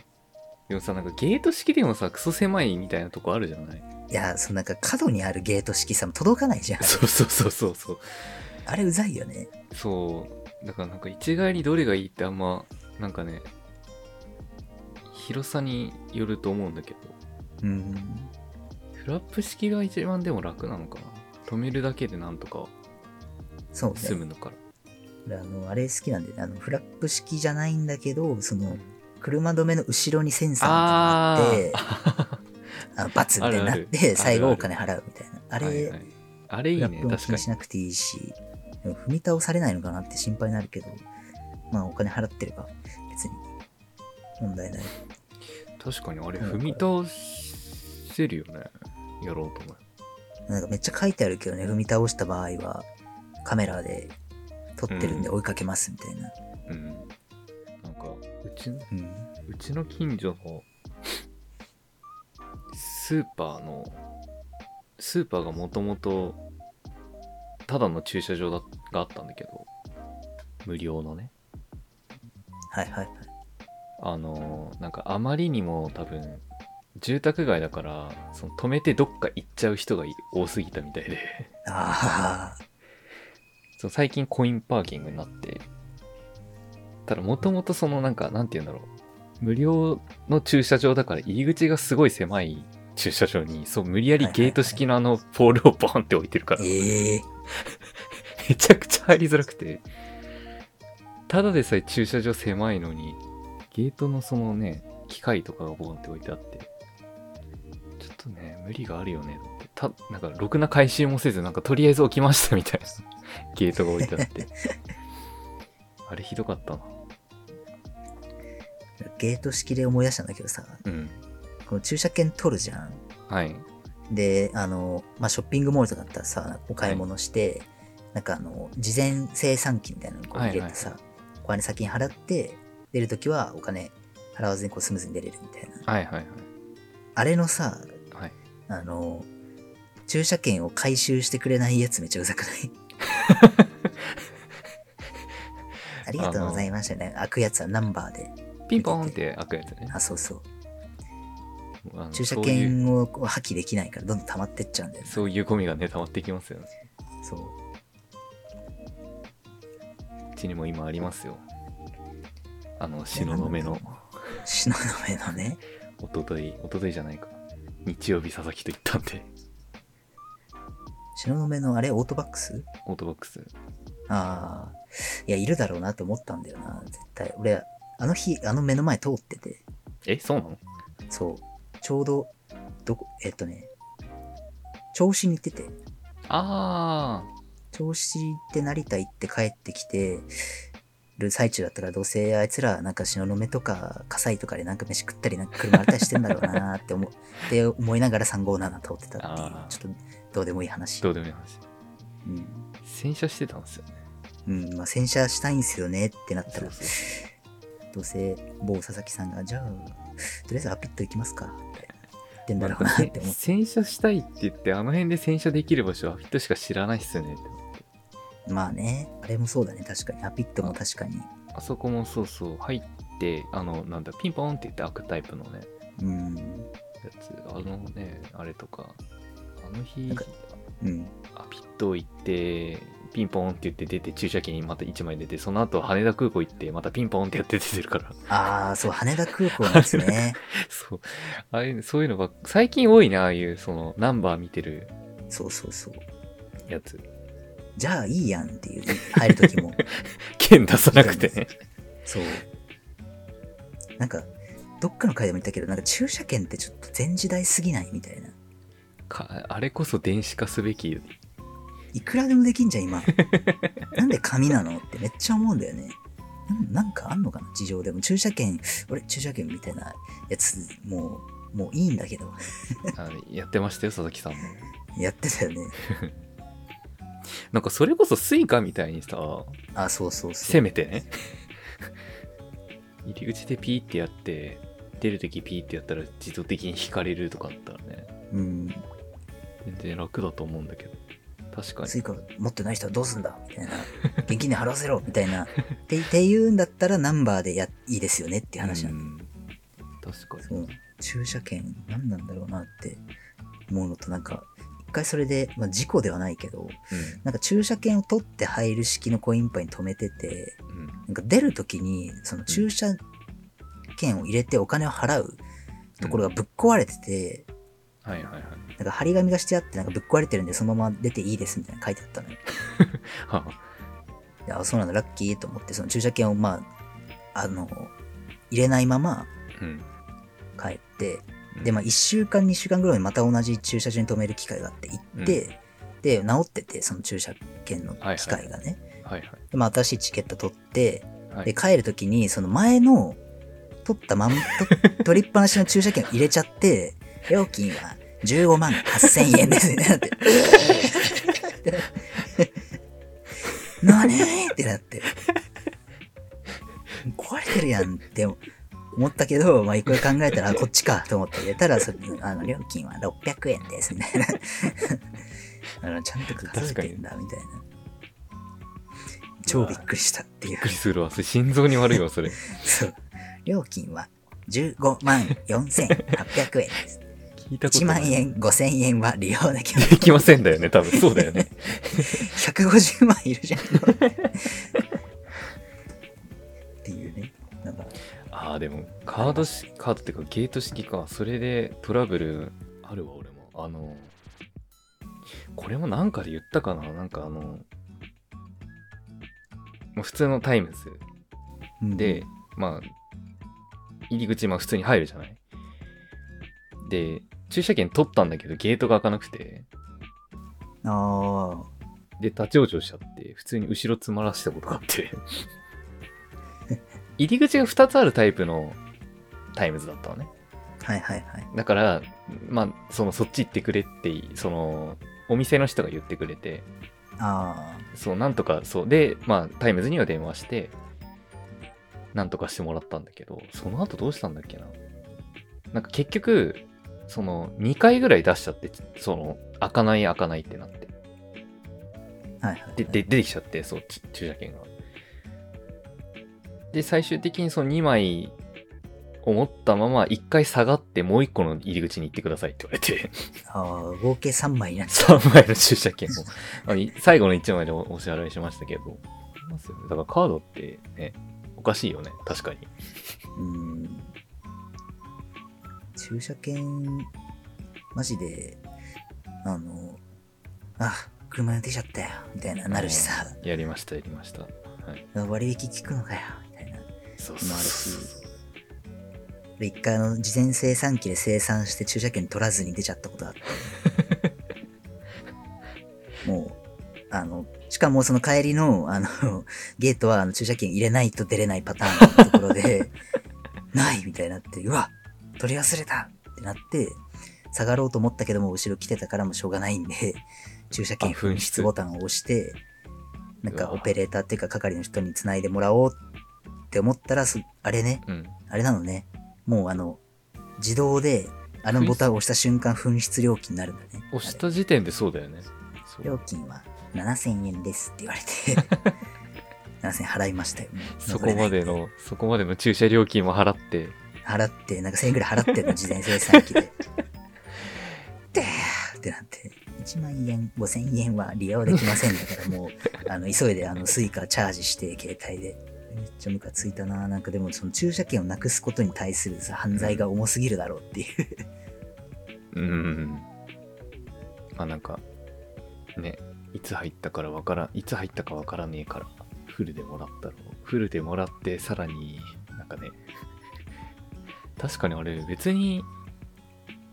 Speaker 3: でもさ、なんかゲート式でもさ、クソ狭いみたいなとこあるじゃない
Speaker 2: いやそのなんか角にあるゲート式さ届かないじゃん
Speaker 3: そうそうそうそうそう。
Speaker 2: あれうざいよね
Speaker 3: そう。だからなんか一概にどれがいいってあんま、なんかね、広さによると思うんだけど。
Speaker 2: うん
Speaker 3: フラップ式が一番でも楽なのかな止めるだけでなんとか
Speaker 2: そうね
Speaker 3: 済むのから。
Speaker 2: 俺あのあれ好きなんであのフラップ式じゃないんだけどそうの
Speaker 3: ん
Speaker 2: 車止めの後ろにセンサーみたいなのがあって
Speaker 3: あ
Speaker 2: あのバツみたいになっ
Speaker 3: あるあ
Speaker 2: て
Speaker 3: る
Speaker 2: 最後お金払うみたいなあ
Speaker 3: あ
Speaker 2: れ、
Speaker 3: はいはいあれいい
Speaker 2: ラッ
Speaker 3: ね、
Speaker 2: プも
Speaker 3: 確
Speaker 2: 気
Speaker 3: か
Speaker 2: に
Speaker 3: に
Speaker 2: し。なくていいし、でも踏み倒されないのかなって心配になるけど、まあお金払ってれば別に問題ない。
Speaker 3: 確かにあれ
Speaker 2: うん
Speaker 3: 踏み倒せるよね。やろうと思う。
Speaker 2: なんかめっちゃ書いてあるけどね、踏み倒した場合はカメラで撮ってるんで追いかけますみたいな。
Speaker 3: うん。なんか、うちの、
Speaker 2: うん。
Speaker 3: うちの近所のスーパーの、スーパーがもともと、ただの駐車場だがあったんだけど、無料のね。
Speaker 2: はいはいはい。
Speaker 3: あのーなんかあまりにも多分住宅街だからその止めてどっか行っちゃう人が多すぎたみたいで
Speaker 2: ああ、
Speaker 3: その最近コインパーキングになってただもともとそのなんかなんて言うんだろう無料の駐車場だから入り口がすごい狭い駐車場にそう無理やりゲート式のあのポールをボンって置いてるから
Speaker 2: ええ
Speaker 3: めちゃくちゃ入りづらくてただでさえ駐車場狭いのにゲートのそのね機械とかがボンって置いてあってちょっとね無理があるよねだってたなんかろくな回収もせずなんかとりあえず置きましたみたいなゲートが置いてあって あれひどかったな
Speaker 2: ゲート式で思い出したんだけどさ、
Speaker 3: うん
Speaker 2: この駐車券取るじゃん。
Speaker 3: はい
Speaker 2: で、あの、まあ、ショッピングモールとかだったらさ、お買い物して、なんかあの、事前生産機みたいなのにこう入れてさ、お金先に払って、出るときはお金払わずにこうスムーズに出れるみたいな。
Speaker 3: はいはいはい
Speaker 2: あれのさ、
Speaker 3: はい
Speaker 2: あの、駐車券を回収してくれないやつめっちゃうざく ないありがとうございましたね。開くやつはナンバーで。
Speaker 3: ピンポーンって開くやつね
Speaker 2: あ、そうそう。
Speaker 3: あの
Speaker 2: 駐車
Speaker 3: そういう
Speaker 2: 券をこう破棄できないからどんどん溜まってっちゃうんだよね。
Speaker 3: そういうゴミがね溜まってきますよね
Speaker 2: そう。
Speaker 3: うちにも今ありますよあの東雲の
Speaker 2: 東雲のね。
Speaker 3: おととい、おとといじゃないか。日曜日、佐々木と行ったんで、
Speaker 2: 東雲のあれオートバックス
Speaker 3: オートバックス。
Speaker 2: ああ。いや、いるだろうなって思ったんだよな、絶対。俺、あの日、あの目の前通ってて、
Speaker 3: え、そうなの
Speaker 2: そう、ちょうど、どこ、えっとね、調子に行ってて、
Speaker 3: あ
Speaker 2: 調子行って成田行って帰ってきてる最中だったからどうせあいつらなんか東雲とか葛西とかでなんか飯食ったりなんか車あったりしてんだろうなーって思うって 思いながら357通ってたっていう
Speaker 3: あー
Speaker 2: ちょっとどうでもいい
Speaker 3: ー、
Speaker 2: 話
Speaker 3: どうでもいい話。
Speaker 2: うん、
Speaker 3: 洗車してたんですよね。
Speaker 2: うん、まあ洗車したいんすよねってなった
Speaker 3: そ
Speaker 2: ら
Speaker 3: うそう。
Speaker 2: どうせ某佐々木さんがじゃあとりあえずアピット行きますかって言ってんだ
Speaker 3: なん
Speaker 2: ろ
Speaker 3: か
Speaker 2: うな って思って
Speaker 3: 洗車したいって言って、あの辺で洗車できる場所はフィットしか知らないっすよねって。
Speaker 2: まあねあれもそうだね確かにアピットも確かに
Speaker 3: あそこもそうそう、入って、あの、なんだ、ピンポーンって言って開くタイプのね、
Speaker 2: うん
Speaker 3: やつ、あのね、あれとか、あの日
Speaker 2: なんか、うん
Speaker 3: あピット行って、ピンポーンって言って出て、駐車機にまた1枚出て、その後羽田空港行って、またピンポーンってやって出てるから。
Speaker 2: ああそう羽田空港なんですね
Speaker 3: そう。ああいう、そういうのが、最近多いな、ああいう、その、ナンバー見てる
Speaker 2: そうそうそう
Speaker 3: やつ。
Speaker 2: じゃあいいやんっていう入る時も
Speaker 3: 剣出さなくて ね。
Speaker 2: そうなんかどっかの回でも言ったけどなんか駐車券ってちょっと前時代すぎないみたいな
Speaker 3: かあれこそ電子化すべき。
Speaker 2: いくらでもできんじゃん今なんで紙なのってめっちゃ思うんだよねなんなんかあんのかな事情でも駐車券俺駐車券みたいなやつもうもういいんだけど
Speaker 3: あのやってましたよ、佐々木さんも。
Speaker 2: やってたよね
Speaker 3: なんか、それこそスイカみたいにさ、
Speaker 2: あそうそうそ
Speaker 3: せ
Speaker 2: う
Speaker 3: めてね。 入り口でピーってやって、出るときピーってやったら自動的に引かれるとかあったらね、
Speaker 2: うん
Speaker 3: 全然楽だと思うんだけど。確かに
Speaker 2: ス。イカ持ってない人はどうすんだみたいな現金で払わせろみたいなってっていうんだったらナンバーでやいいですよねっていう話なんだ
Speaker 3: うん確かに。
Speaker 2: そう駐車券何なんだろうなって思うのとなんか一回それで、まあ、事故ではないけどなんか駐車券を取って入る式のコインパイに止めてて
Speaker 3: うん。うん
Speaker 2: なんか出る時にその駐車券を入れてお金を払うところがぶっ壊れてて、
Speaker 3: はいはいはい。
Speaker 2: なんか張り紙がしてあってなんかぶっ壊れてるんでそのまま出ていいですみたいなの書いてあったのよ
Speaker 3: は
Speaker 2: であそうなんだラッキーと思ってその駐車券をまああの入れないまま
Speaker 3: うん。
Speaker 2: 帰って
Speaker 3: うん
Speaker 2: で、まあ、1週間、2週間ぐらいまた同じ駐車場に止める機会があって行って、で、治ってて、その駐車券の機会がね。
Speaker 3: はいはい。
Speaker 2: で、まあ、新しいチケット取って、
Speaker 3: はい
Speaker 2: で、帰るときに、その前の、取ったまん、 と取りっぱなしの駐車券を入れちゃって、料金は15万8000円ですみたいにな って。何ってなって。壊れてるやんって思ったけど、まあ、一回考えたら、あこっちかと思って入れたら、それあの料金は600円ですみたいな。 あのちゃんと数えてんだみたいな。超びっくりしたってい
Speaker 3: び
Speaker 2: う
Speaker 3: っく。りするわ。それ心臓に悪いわ、それ。
Speaker 2: そう。 料金は15万4800円 です。
Speaker 3: 聞いたこと
Speaker 2: 1
Speaker 3: な
Speaker 2: 万
Speaker 3: い。
Speaker 2: 円、5000円は利用でき ます。
Speaker 3: できませんだよね、多分。そうだよね。
Speaker 2: 150万いるじゃん。っていうね。なんか、
Speaker 3: ああ、でも、カードし、カードっていうか、ゲート式か。それでトラブルあるわ、俺も。あの、これもなんかで言ったかななんかあの、もう普通のタイムズ
Speaker 2: うん
Speaker 3: で、、まあ、入り口、まあ普通に入るじゃない。で、駐車券取ったんだけど、ゲートが開かなくて、
Speaker 2: あ
Speaker 3: で、立ち往生しちゃって、普通に後ろ詰まらせたことがあって。入り口が2つあるタイプのタイムズだったのね。
Speaker 2: あ、はいはいはい。
Speaker 3: だから、まあ、その、そっち行ってくれって、その、お店の人が言ってくれて、
Speaker 2: あ
Speaker 3: そう、なんとか、そう、で、まあ、タイムズには電話して、なんとかしてもらったんだけど、その後どうしたんだっけな。なんか結局、その、2回ぐらい出しちゃって、その、開かない、開かないってなって。
Speaker 2: あ、はいはい、はい。
Speaker 3: で、で、出てきちゃって、そう、ち駐車券が。で、最終的にその2枚思ったまま、1回下がって、もう1個の入り口に行ってくださいって言われて、
Speaker 2: ああ、合計3枚になっち
Speaker 3: 3枚の駐車券をあの、い最後の1枚でおお支払いしましたけど、ありますよねだからカードってね、おかしいよね、確かに。
Speaker 2: ゃう。うん。駐車券、マジで、あの、あ、車に出ちゃったよ、みたいな、なるしさ。
Speaker 3: やりました、やりました。はい。
Speaker 2: 割引聞くのかよ、みたいな。
Speaker 3: そう
Speaker 2: そうそうで一回あの事前生産機で生産して駐車券取らずに出ちゃったことあって もうあのしかもその帰りのあのゲートはあの駐車券入れないと出れないパターンのところ でないみたいになってうわ取り忘れたってなって下がろうと思ったけども後ろ来てたからもうしょうがないんで駐車券
Speaker 3: あ紛失
Speaker 2: 紛失ボタンを押してなん
Speaker 3: う
Speaker 2: か
Speaker 3: わ
Speaker 2: オペレーターっていうか係の人につないでもらおうって思ったらそあれね
Speaker 3: うん。
Speaker 2: あれなのね。もうあの、自動で、あのボタンを押した瞬間、紛失料金になるんだね。
Speaker 3: 押した時点でそうだよね。そ
Speaker 2: あれ
Speaker 3: う
Speaker 2: 料金は7000円ですって言われて、7000円払いましたよ。もう
Speaker 3: そこまで。
Speaker 2: 残れない
Speaker 3: の、そこまでの駐車料金も払って、
Speaker 2: 払って、なんか1000円ぐらい払ってんの、事前生産 機で。でーってなって、1万円、5000円は利用できませんだから、もう、あの急いであのスイカチャージして、携帯で。めっちゃムカついたななんかでもその駐車券をなくすことに対するさ犯罪が重すぎるだろうっていう
Speaker 3: うん。まあなんか、ね、いつ入ったからわからん、いつ入ったかわからねえから、フルでもらったろう。フルでもらって、さらに、なんかね、確かにあれ、別に、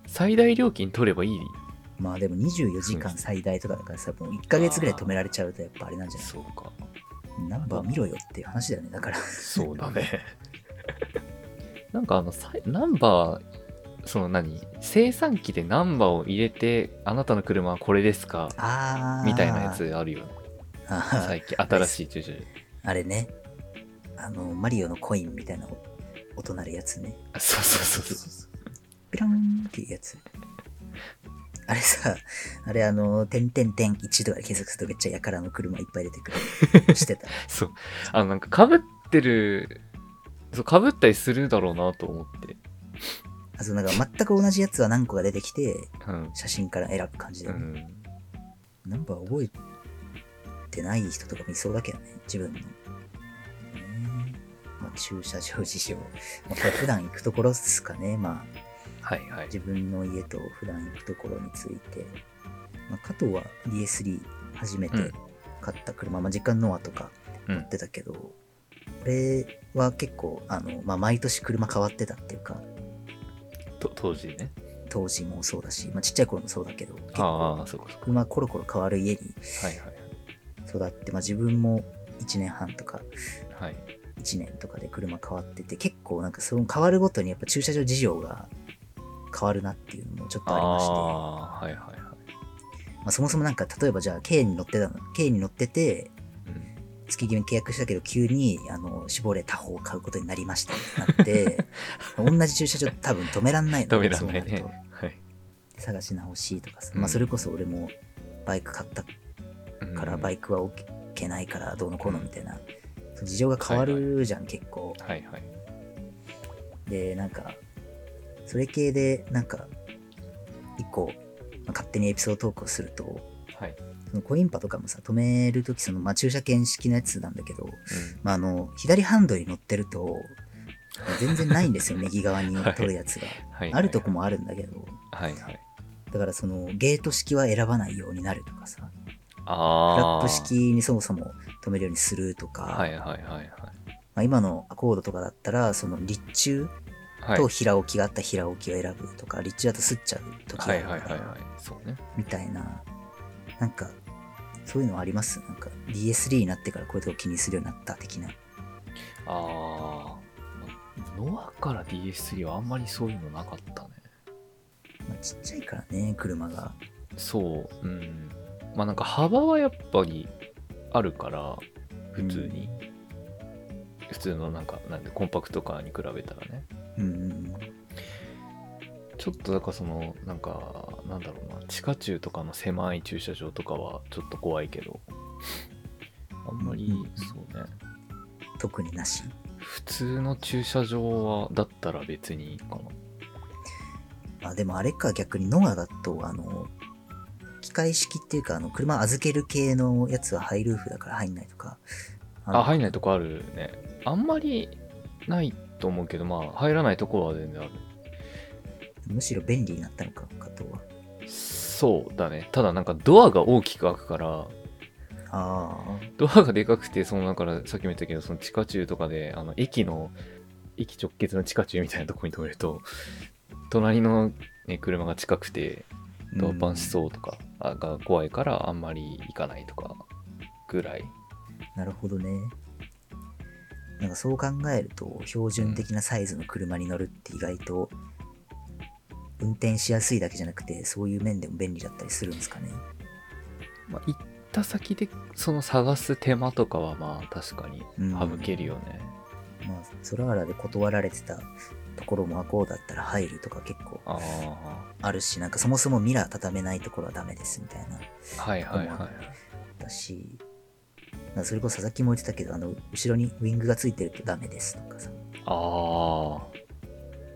Speaker 3: 最大料金取ればいい。
Speaker 2: まあでも24時間最大とかだからさ、もう1ヶ月ぐらい止められちゃうとやっぱあれなんじゃ
Speaker 3: そうか。
Speaker 2: ないナンバー見ろよっていう話だよね。だから、
Speaker 3: そうだね。 なんかあの、さナンバー、その何生産機でナンバーを入れて、あなたの車はこれですか
Speaker 2: あー
Speaker 3: みたいなや。つあるよね。
Speaker 2: あー
Speaker 3: 最近、新しい駐車場。
Speaker 2: あれね。あの、マリオのコインみたいな音鳴るやつね。
Speaker 3: あそうそうそうそう。
Speaker 2: ピロンっていうやつ。あれさ、あれあの、点点点1とかで検索するとめっちゃやからの車いっぱい出てくる。して た。
Speaker 3: そう。あの、なんか被ってる、そう、被ったりするだろうなと思って。
Speaker 2: あとなんか全く同じやつは何個か出てきて、
Speaker 3: うん。
Speaker 2: 写真から選ぶ感じで。
Speaker 3: うん、
Speaker 2: ナンバー覚えてない人とかもいそうだけどね、自分の。うんまあ、駐車場事情。ま あ、これ普段行くところですかね。まあ、
Speaker 3: はいはい。
Speaker 2: 自分の家と普段行くところについて。まあ、加藤は DS3 初め
Speaker 3: うん
Speaker 2: て買った車、まあ、実家のノアとか
Speaker 3: う
Speaker 2: 持
Speaker 3: ん
Speaker 2: っ。てたけど、これは結構、あの、まあ、毎年車変わってたっていうか、
Speaker 3: と当時ね。
Speaker 2: 当時もそうだし、まあ、ちっちゃい頃もそうだけど、結構、
Speaker 3: ああ、そうかそ
Speaker 2: 車コロコロ変わる家に
Speaker 3: うか。はいはい
Speaker 2: 育って、まあ、自分も1年半とか
Speaker 3: はい。はい。
Speaker 2: 1年とかで車変わってて結構なんかその変わるごとにやっぱ駐車場事情が変わるなっていうのもちょっとありまして
Speaker 3: ああー、はいはいはい。
Speaker 2: まあ、そもそもなんか例えばじゃあ K に乗ってたの K に乗ってて
Speaker 3: うん
Speaker 2: 月決め契約したけど急にあの絞れ他方を買うことになりましたってなって 同じ駐車場多分止めらんないの
Speaker 3: 止めらんない
Speaker 2: そう
Speaker 3: ね
Speaker 2: る。
Speaker 3: はい。
Speaker 2: と探し直しとかさ、
Speaker 3: うん
Speaker 2: まあ、それこそ俺もバイク買ったからバ
Speaker 3: イ
Speaker 2: イクは置けないからどうのこうのみたいな、そう事情が変わるじゃん、結構
Speaker 3: ク。はいはい。
Speaker 2: でなんかそれ系でなんか一個、まあ勝手にエピソードトークをすると
Speaker 3: はい。
Speaker 2: そのコインパとかもさ止めるときその、まあ、駐車券式のやつなんだけど、まあ、あの左ハンドルに乗ってると全然ないん ですよ右側に取るやつが、
Speaker 3: うんはいはい
Speaker 2: あるとこ。もあるんだけど
Speaker 3: はいはい。
Speaker 2: だからそのゲート式は選ばないようになるとかさフラ
Speaker 3: ああ。
Speaker 2: ップ。式にそもそも止めるようにするとか、
Speaker 3: はいはいはいはい。
Speaker 2: まあ、今のアコードとかだったらその立柱
Speaker 3: はい。
Speaker 2: と平置きがあった平置きを選ぶとか、立地だと吸っちゃう時があ
Speaker 3: は
Speaker 2: る
Speaker 3: い
Speaker 2: か
Speaker 3: はいはい
Speaker 2: ら
Speaker 3: はい。そうね。
Speaker 2: みたいな、なんか、そういうのありますなんか DS3 になってからこういうとこ気にするようになった的な。
Speaker 3: ああ。ノアから DS3 はあんまりそういうのなかったね。
Speaker 2: まあ、ちっちゃいからね、車が。
Speaker 3: そう、うん。まあなんか幅はやっぱりあるから、普通に。普通のなんか、なんでコンパクトカーに比べたらね。
Speaker 2: うんうん
Speaker 3: ちょっとだからその、なんか、なんだろうな、地下駐とかの狭い駐車場とかはちょっと怖いけど、あんまり
Speaker 2: うん、
Speaker 3: そうね、
Speaker 2: うん、特になし。
Speaker 3: 普通の駐車場は、だったら別にいいかな。
Speaker 2: まあでもあれか、逆にノアだと、あの、機械式っていうか、あの、車預ける系のやつはハイルーフだから入んないとか。あの
Speaker 3: あ、入んないとこあるね。あんまりないと思うけど、まあ、入らないところは全然ある。
Speaker 2: むしろ便利になったのか、加藤は。
Speaker 3: そうだね。ただなんかドアが大きく開くから、
Speaker 2: あ
Speaker 3: ドアがでかくて、その、だから、さっきも言ったけど、その地下駐とかで、あの、駅の、駅直結の地下駐みたいなとこに止めると、 隣のね、車が近くて、
Speaker 2: あ。
Speaker 3: ドアパンし
Speaker 2: うん。
Speaker 3: そうとかあが怖いから、あんまり行かないとか、ぐらい。
Speaker 2: なるほどね。なんかそう考えると、標準的なサイズの車に乗るって意外と、運転しやすいだけじゃなくて、そういう面でも便利だったりするんですかね。
Speaker 3: まあ、行った先で、その探す手間とかは、まあ、確かに
Speaker 2: うん
Speaker 3: 省けるよね。
Speaker 2: まあ、空原で断られてたところも、あ、こうだったら入るとか結構
Speaker 3: ああ、
Speaker 2: あるし、なんかそもそもミラー畳めないところはダメですみたいな。
Speaker 3: はいはいはい。
Speaker 2: だし、なんかそれこそ佐々木も言ってたけど、あの、後ろにウィングがついてるとダメですとかさ。
Speaker 3: ああ、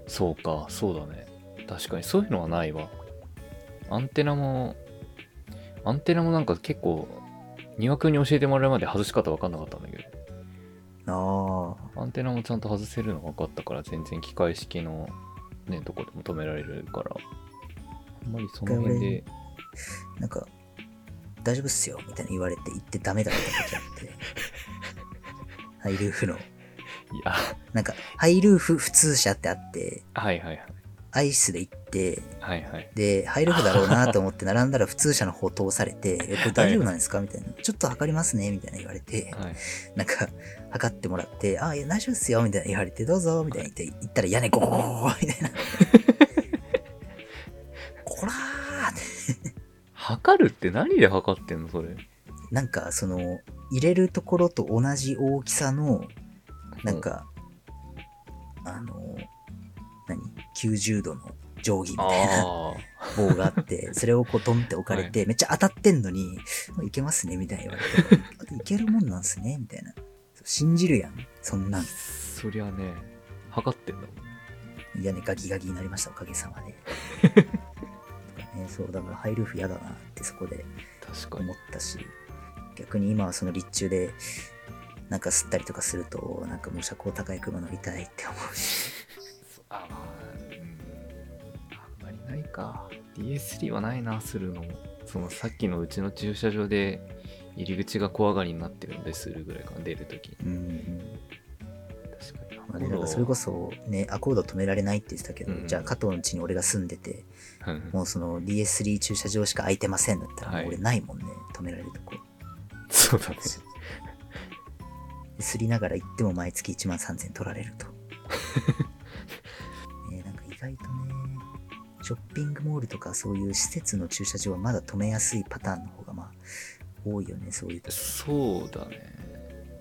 Speaker 3: そうか、そうだね。確かに、そういうのはないわ。アンテナも、アンテナもなんか結構、庭君に教えてもらうまで外し方分かんなかったんだけ
Speaker 2: あ
Speaker 3: ど、アンテナもちゃんと外せるの分かったから、全然機械式の、ね、とこでも止められるから、あんまりその辺で、
Speaker 2: あ、なんか、大丈夫っすよみたいに言われて行ってダメだった時あって。ハイルーフの、
Speaker 3: いや、
Speaker 2: なんか、ハイルーフ普通車ってあって、
Speaker 3: はいはい
Speaker 2: アイスで行って、
Speaker 3: はい。はいはい。
Speaker 2: で、入るだろうなと思って並んだら普通車の方通されて、え、これ大丈夫なんですかみたいな。ちょっと測りますねみたいな言われて、
Speaker 3: はい、
Speaker 2: なんか、測ってもらって、あ、いや、大丈夫っすよみたいな言われて、どうぞみたいな言って、行ったら屋根ゴーみたいな。こらーって。
Speaker 3: 測るって何で測ってんのそれ。
Speaker 2: なんか、その、入れるところと同じ大きさの、なんか、あの、何 ?90 度の定規み
Speaker 3: あ
Speaker 2: たいな。
Speaker 3: あ
Speaker 2: 棒があって、それをこうドンって置かれて、めっちゃ当たってんのに、いけますね、みたいな言われて、いけるもんなんすね、みたいな。信じるやん、そんなん
Speaker 3: ー、。そりゃね、測ってんだもん。
Speaker 2: 屋根ガギガギになりました、おかげさまで。とかね、そう、だからハイルーフ嫌だなってそこで
Speaker 3: 確かに
Speaker 2: 思。ったし、逆に今はその立中で、なんか吸ったりとかすると、なんかもう車高高い車乗りたいって思うし、
Speaker 3: あ、まあ、うん。あんまりないか。DS3 はないな、するのも。そのさっきのうちの駐車場で入り口が小上がりになってるんでするぐらいかな、出るときに。
Speaker 2: うん。
Speaker 3: 確かに。
Speaker 2: まあね、だからそれこ
Speaker 3: そ。
Speaker 2: そ、ね、アコード止められないって言ってたけど、
Speaker 3: うん
Speaker 2: じゃあ加藤の家に俺が住んでて、
Speaker 3: うん
Speaker 2: もうその DS3 駐車場しか空いてませんだったら、
Speaker 3: はい
Speaker 2: 俺ないもんね、止められるとこ。
Speaker 3: そうだね。
Speaker 2: すりながら行っても毎月1万3000取られると。ねなんか意外とね、ショッピングモールとかそういう施設の駐車場はまだ止めやすいパターンの方がまあ多いよね、そういうとこ。
Speaker 3: そうだね。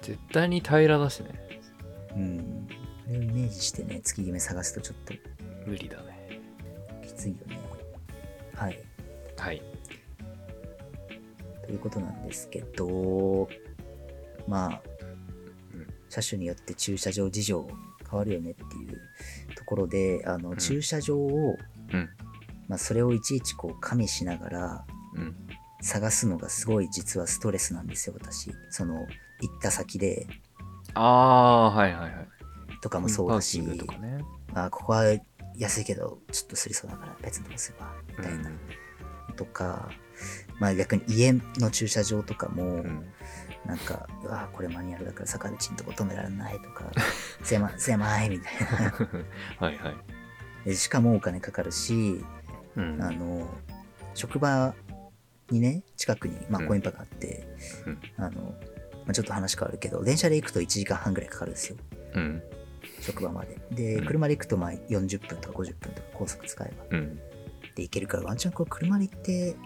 Speaker 3: 絶対に平らだしね。
Speaker 2: うん。あれをイメージしてね、月夢探すとちょっと
Speaker 3: 無理だね。
Speaker 2: きついよね。はい。
Speaker 3: はい。
Speaker 2: ということなんですけど、まあ
Speaker 3: うん、
Speaker 2: 車種によって駐車場事情変わるよねっていうところで、あの
Speaker 3: ん
Speaker 2: 駐車場を、
Speaker 3: うん
Speaker 2: まあ、それをいちいちこう加味しながら
Speaker 3: うん。
Speaker 2: 探すのがすごい実はストレスなんですよ、私。その行った先で
Speaker 3: ああー、はいはいはい。
Speaker 2: とかもそうだし、
Speaker 3: パーキングとかね。
Speaker 2: あここは安いけど、ちょっとすりそうだから別のとこすれば、みたいな。とか、まあ逆に家の駐車場とかも、
Speaker 3: うん。 うん
Speaker 2: なんか、うわこれマニュアルだから坂道のとこ止められないとか、 狭狭いみたいな
Speaker 3: はいはい。
Speaker 2: で。しかもお金かかるし、
Speaker 3: うん。
Speaker 2: あの、職場にね、近くに、まあ、
Speaker 3: うん
Speaker 2: コインパがあって、
Speaker 3: うん
Speaker 2: あの、まあ、ちょっと話変わるけど、電車で行くと1時間半ぐらいかかるんですよ、
Speaker 3: うん。
Speaker 2: 職場まで。で、
Speaker 3: うん
Speaker 2: 車で行くとまあ40分とか50分とか高速使えば
Speaker 3: うん。
Speaker 2: で行けるから、ワンチャンこう車で行って、行っ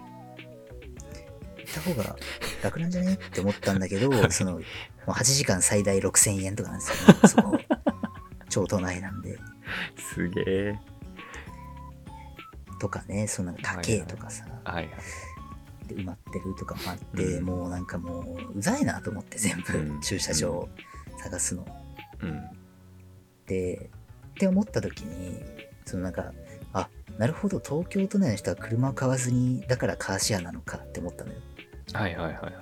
Speaker 2: た方が楽なんじゃねって思ったんだけど、その、もう8時間最大6000円とかなんです よね、そこ。超都内なんで。
Speaker 3: すげえ。
Speaker 2: とかね、そのなんか高えとかさ、
Speaker 3: はいはい。
Speaker 2: で埋まってるとかもあって、
Speaker 3: うん
Speaker 2: もうなんかもう、うざいなと思って全部、
Speaker 3: うん
Speaker 2: 駐車場探すの。
Speaker 3: うん。
Speaker 2: で、って思った時に、そのなんか、あ、なるほど、東京都内の人は車を買わずに、だからカーシェアなのかって思ったのよ。
Speaker 3: はいはいはいはい。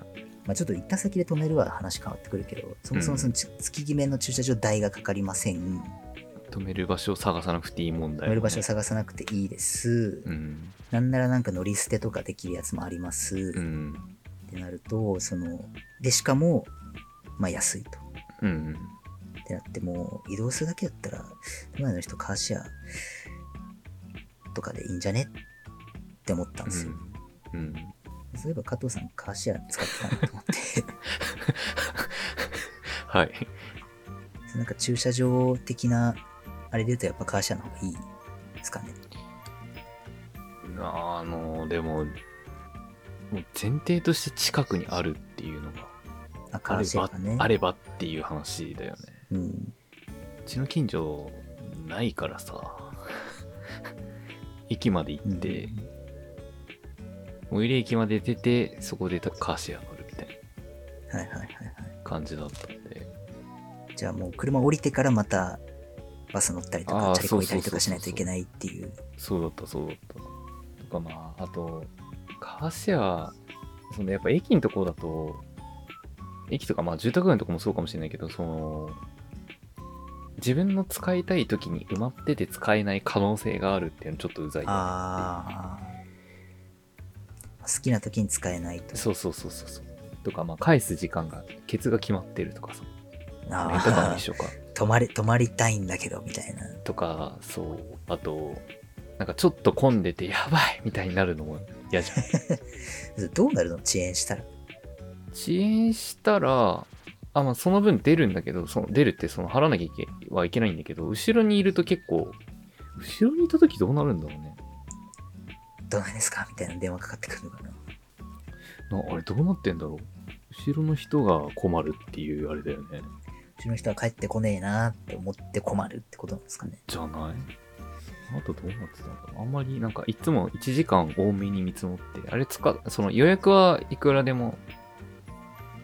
Speaker 2: まあ、ちょっと行った先で止めるは話変わってくるけど、そもそもそのち月決めの駐車場代がかかりません。
Speaker 3: 止める場所を探さなくていい問題、
Speaker 2: 乗る場所を探さなくていいです。
Speaker 3: うん
Speaker 2: なんならなんか乗り捨てとかできるやつもあります。
Speaker 3: うん
Speaker 2: ってなると、その、で、しかも、まあ安いと。
Speaker 3: うんうん。
Speaker 2: ってなって、もう移動するだけだったら、今の人カーシェアとかでいいんじゃねって思ったんですよ。
Speaker 3: うん。うん。
Speaker 2: そういえば加藤さんカーシェア使ってたなと思って。
Speaker 3: はい。
Speaker 2: なんか駐車場的なあれで言うとやっぱカーシェアの方がいいですかね。
Speaker 3: あの、でも、もう前提として近くにあるっていうのが、
Speaker 2: あカ
Speaker 3: あ
Speaker 2: ー
Speaker 3: れ
Speaker 2: シェア
Speaker 3: ば
Speaker 2: がね。、
Speaker 3: あればっていう話だよね。
Speaker 2: うん。
Speaker 3: うちの近所、ないからさ、 駅まで行って、最寄り駅まで出て、そこでカーシェア乗るみたい
Speaker 2: うん、はいはいはいは
Speaker 3: な感じだったんで。
Speaker 2: い。じゃあもう車降りてからまたバス乗ったりと
Speaker 3: あ
Speaker 2: か
Speaker 3: ー
Speaker 2: チャリこいたりと
Speaker 3: そうそうそうそ
Speaker 2: か
Speaker 3: う
Speaker 2: しないといけないっていう。
Speaker 3: そうだった、そうだった。とかまあ、あと、カーシェア、そのやっぱ駅のところだと、駅とかまあ住宅街のとこもそうかもしれないけど、その、自分の使いたい時に埋まってて使えない可能性があるっていうのちょっとうざい。
Speaker 2: ああ。好きな時に使えないと。
Speaker 3: そうそうそうそうそう。とかまあ返す時間が、ケツが決まってるとかさ、レンタカー
Speaker 2: あ
Speaker 3: も
Speaker 2: あ
Speaker 3: 一緒か。
Speaker 2: 泊まり、泊まりたいんだけどみたいな。
Speaker 3: とか、そう、あと、なんかちょっと混んでてやばいみたいになるのも嫌じゃん。
Speaker 2: どうなるの遅延したら。
Speaker 3: 遅延したら、あ、まあ、その分出るんだけど、その出るってその払わなきゃいけはいけないんだけど、後ろにいると結構、後ろにいた時どうなるんだろうね。
Speaker 2: どうなんですかみたいな電話かかってくるのかな。
Speaker 3: なあれどうなってんだろう。後ろの人が困るっていうあれだよね。
Speaker 2: うちの人は帰ってこねえなって思って困るってことなんですかね。
Speaker 3: じゃないあとどうなってたんだろう。あんまりなんかいつも1時間多めに見積もって、あれ使っ、その予約はいくらでも、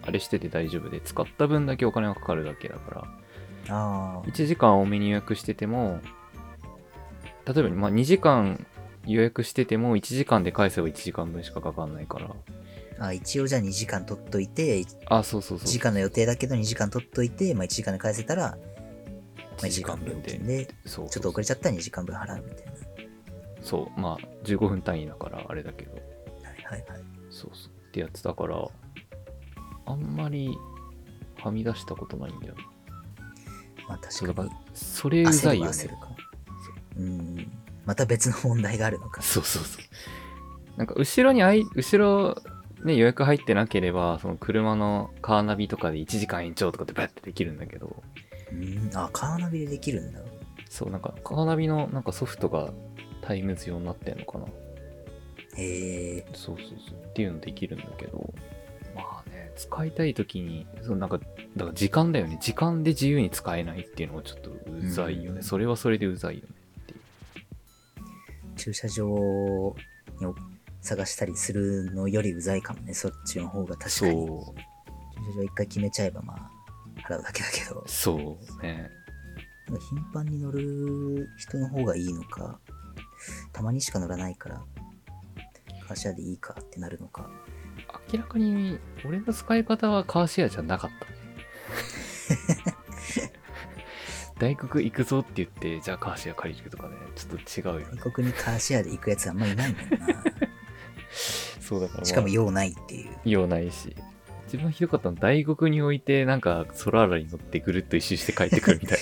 Speaker 3: あれしてて大丈夫で、使った分だけお金がかかるだけだから、
Speaker 2: ああ。
Speaker 3: 1時間多めに予約してても例えば、まあ、2時間予約してても1時間で返せば1時間分しかかかんないから
Speaker 2: あ一応じゃあ2時間取っといて、1
Speaker 3: あそうそうそう
Speaker 2: 時間の予定だけど2時間取っといて、まあ1時間で返せたら、まあ
Speaker 3: 1
Speaker 2: 1時間分で、
Speaker 3: そう
Speaker 2: ちょっと遅れちゃったら2時間分払うみたいな。
Speaker 3: そうまあ15分単位だからあれだけど
Speaker 2: はいはいはい。
Speaker 3: そうそうってやつだからあんまりはみ出したことないんだよ
Speaker 2: まあ
Speaker 3: そう
Speaker 2: 確
Speaker 3: だか
Speaker 2: からに。
Speaker 3: それうざいよね
Speaker 2: 焦るか。うん。また別の問題があるのか。
Speaker 3: そうそうそう。なんか後ろにあい、後ろ、ね、予約入ってなければ、その車のカーナビとかで1時間延長とかってバッてできるんだけど、
Speaker 2: うん。あ、カーナビでできるんだ。
Speaker 3: そう、なんかカーナビのなんかソフトがタイムズ用になってんのかな。
Speaker 2: へえ。
Speaker 3: そうそうそう。っていうのできるんだけど、まあね、使いたい時に、そのなんか、だから時間だよね。時間で自由に使えないっていうのがちょっとうざいよ
Speaker 2: う
Speaker 3: ね。
Speaker 2: ん
Speaker 3: それはそれでうざいよね。
Speaker 2: 駐車場を探したりするのよりうざいかもね。そっちの方が確かに。
Speaker 3: そう。
Speaker 2: 駐車場一回決めちゃえばまあ、払うだけだけど。
Speaker 3: そう。ね。
Speaker 2: なんか頻繁に乗る人の方がいいのか、たまにしか乗らないから、カーシェアでいいかってなるのか。
Speaker 3: 明らかに俺の使い方はカーシェアじゃなか ったね大黒行くぞって言ってじゃあカーシェア借りるとかねちょっと違うよね
Speaker 2: 外国にカーシェアで行くやつあんまいないもん な。
Speaker 3: そうだから、まあ
Speaker 2: しかも用ないっていう。
Speaker 3: 用ないし一番ひどかったのは大黒に置いてなんかソラーラに乗ってぐるっと一周して帰ってくるみたい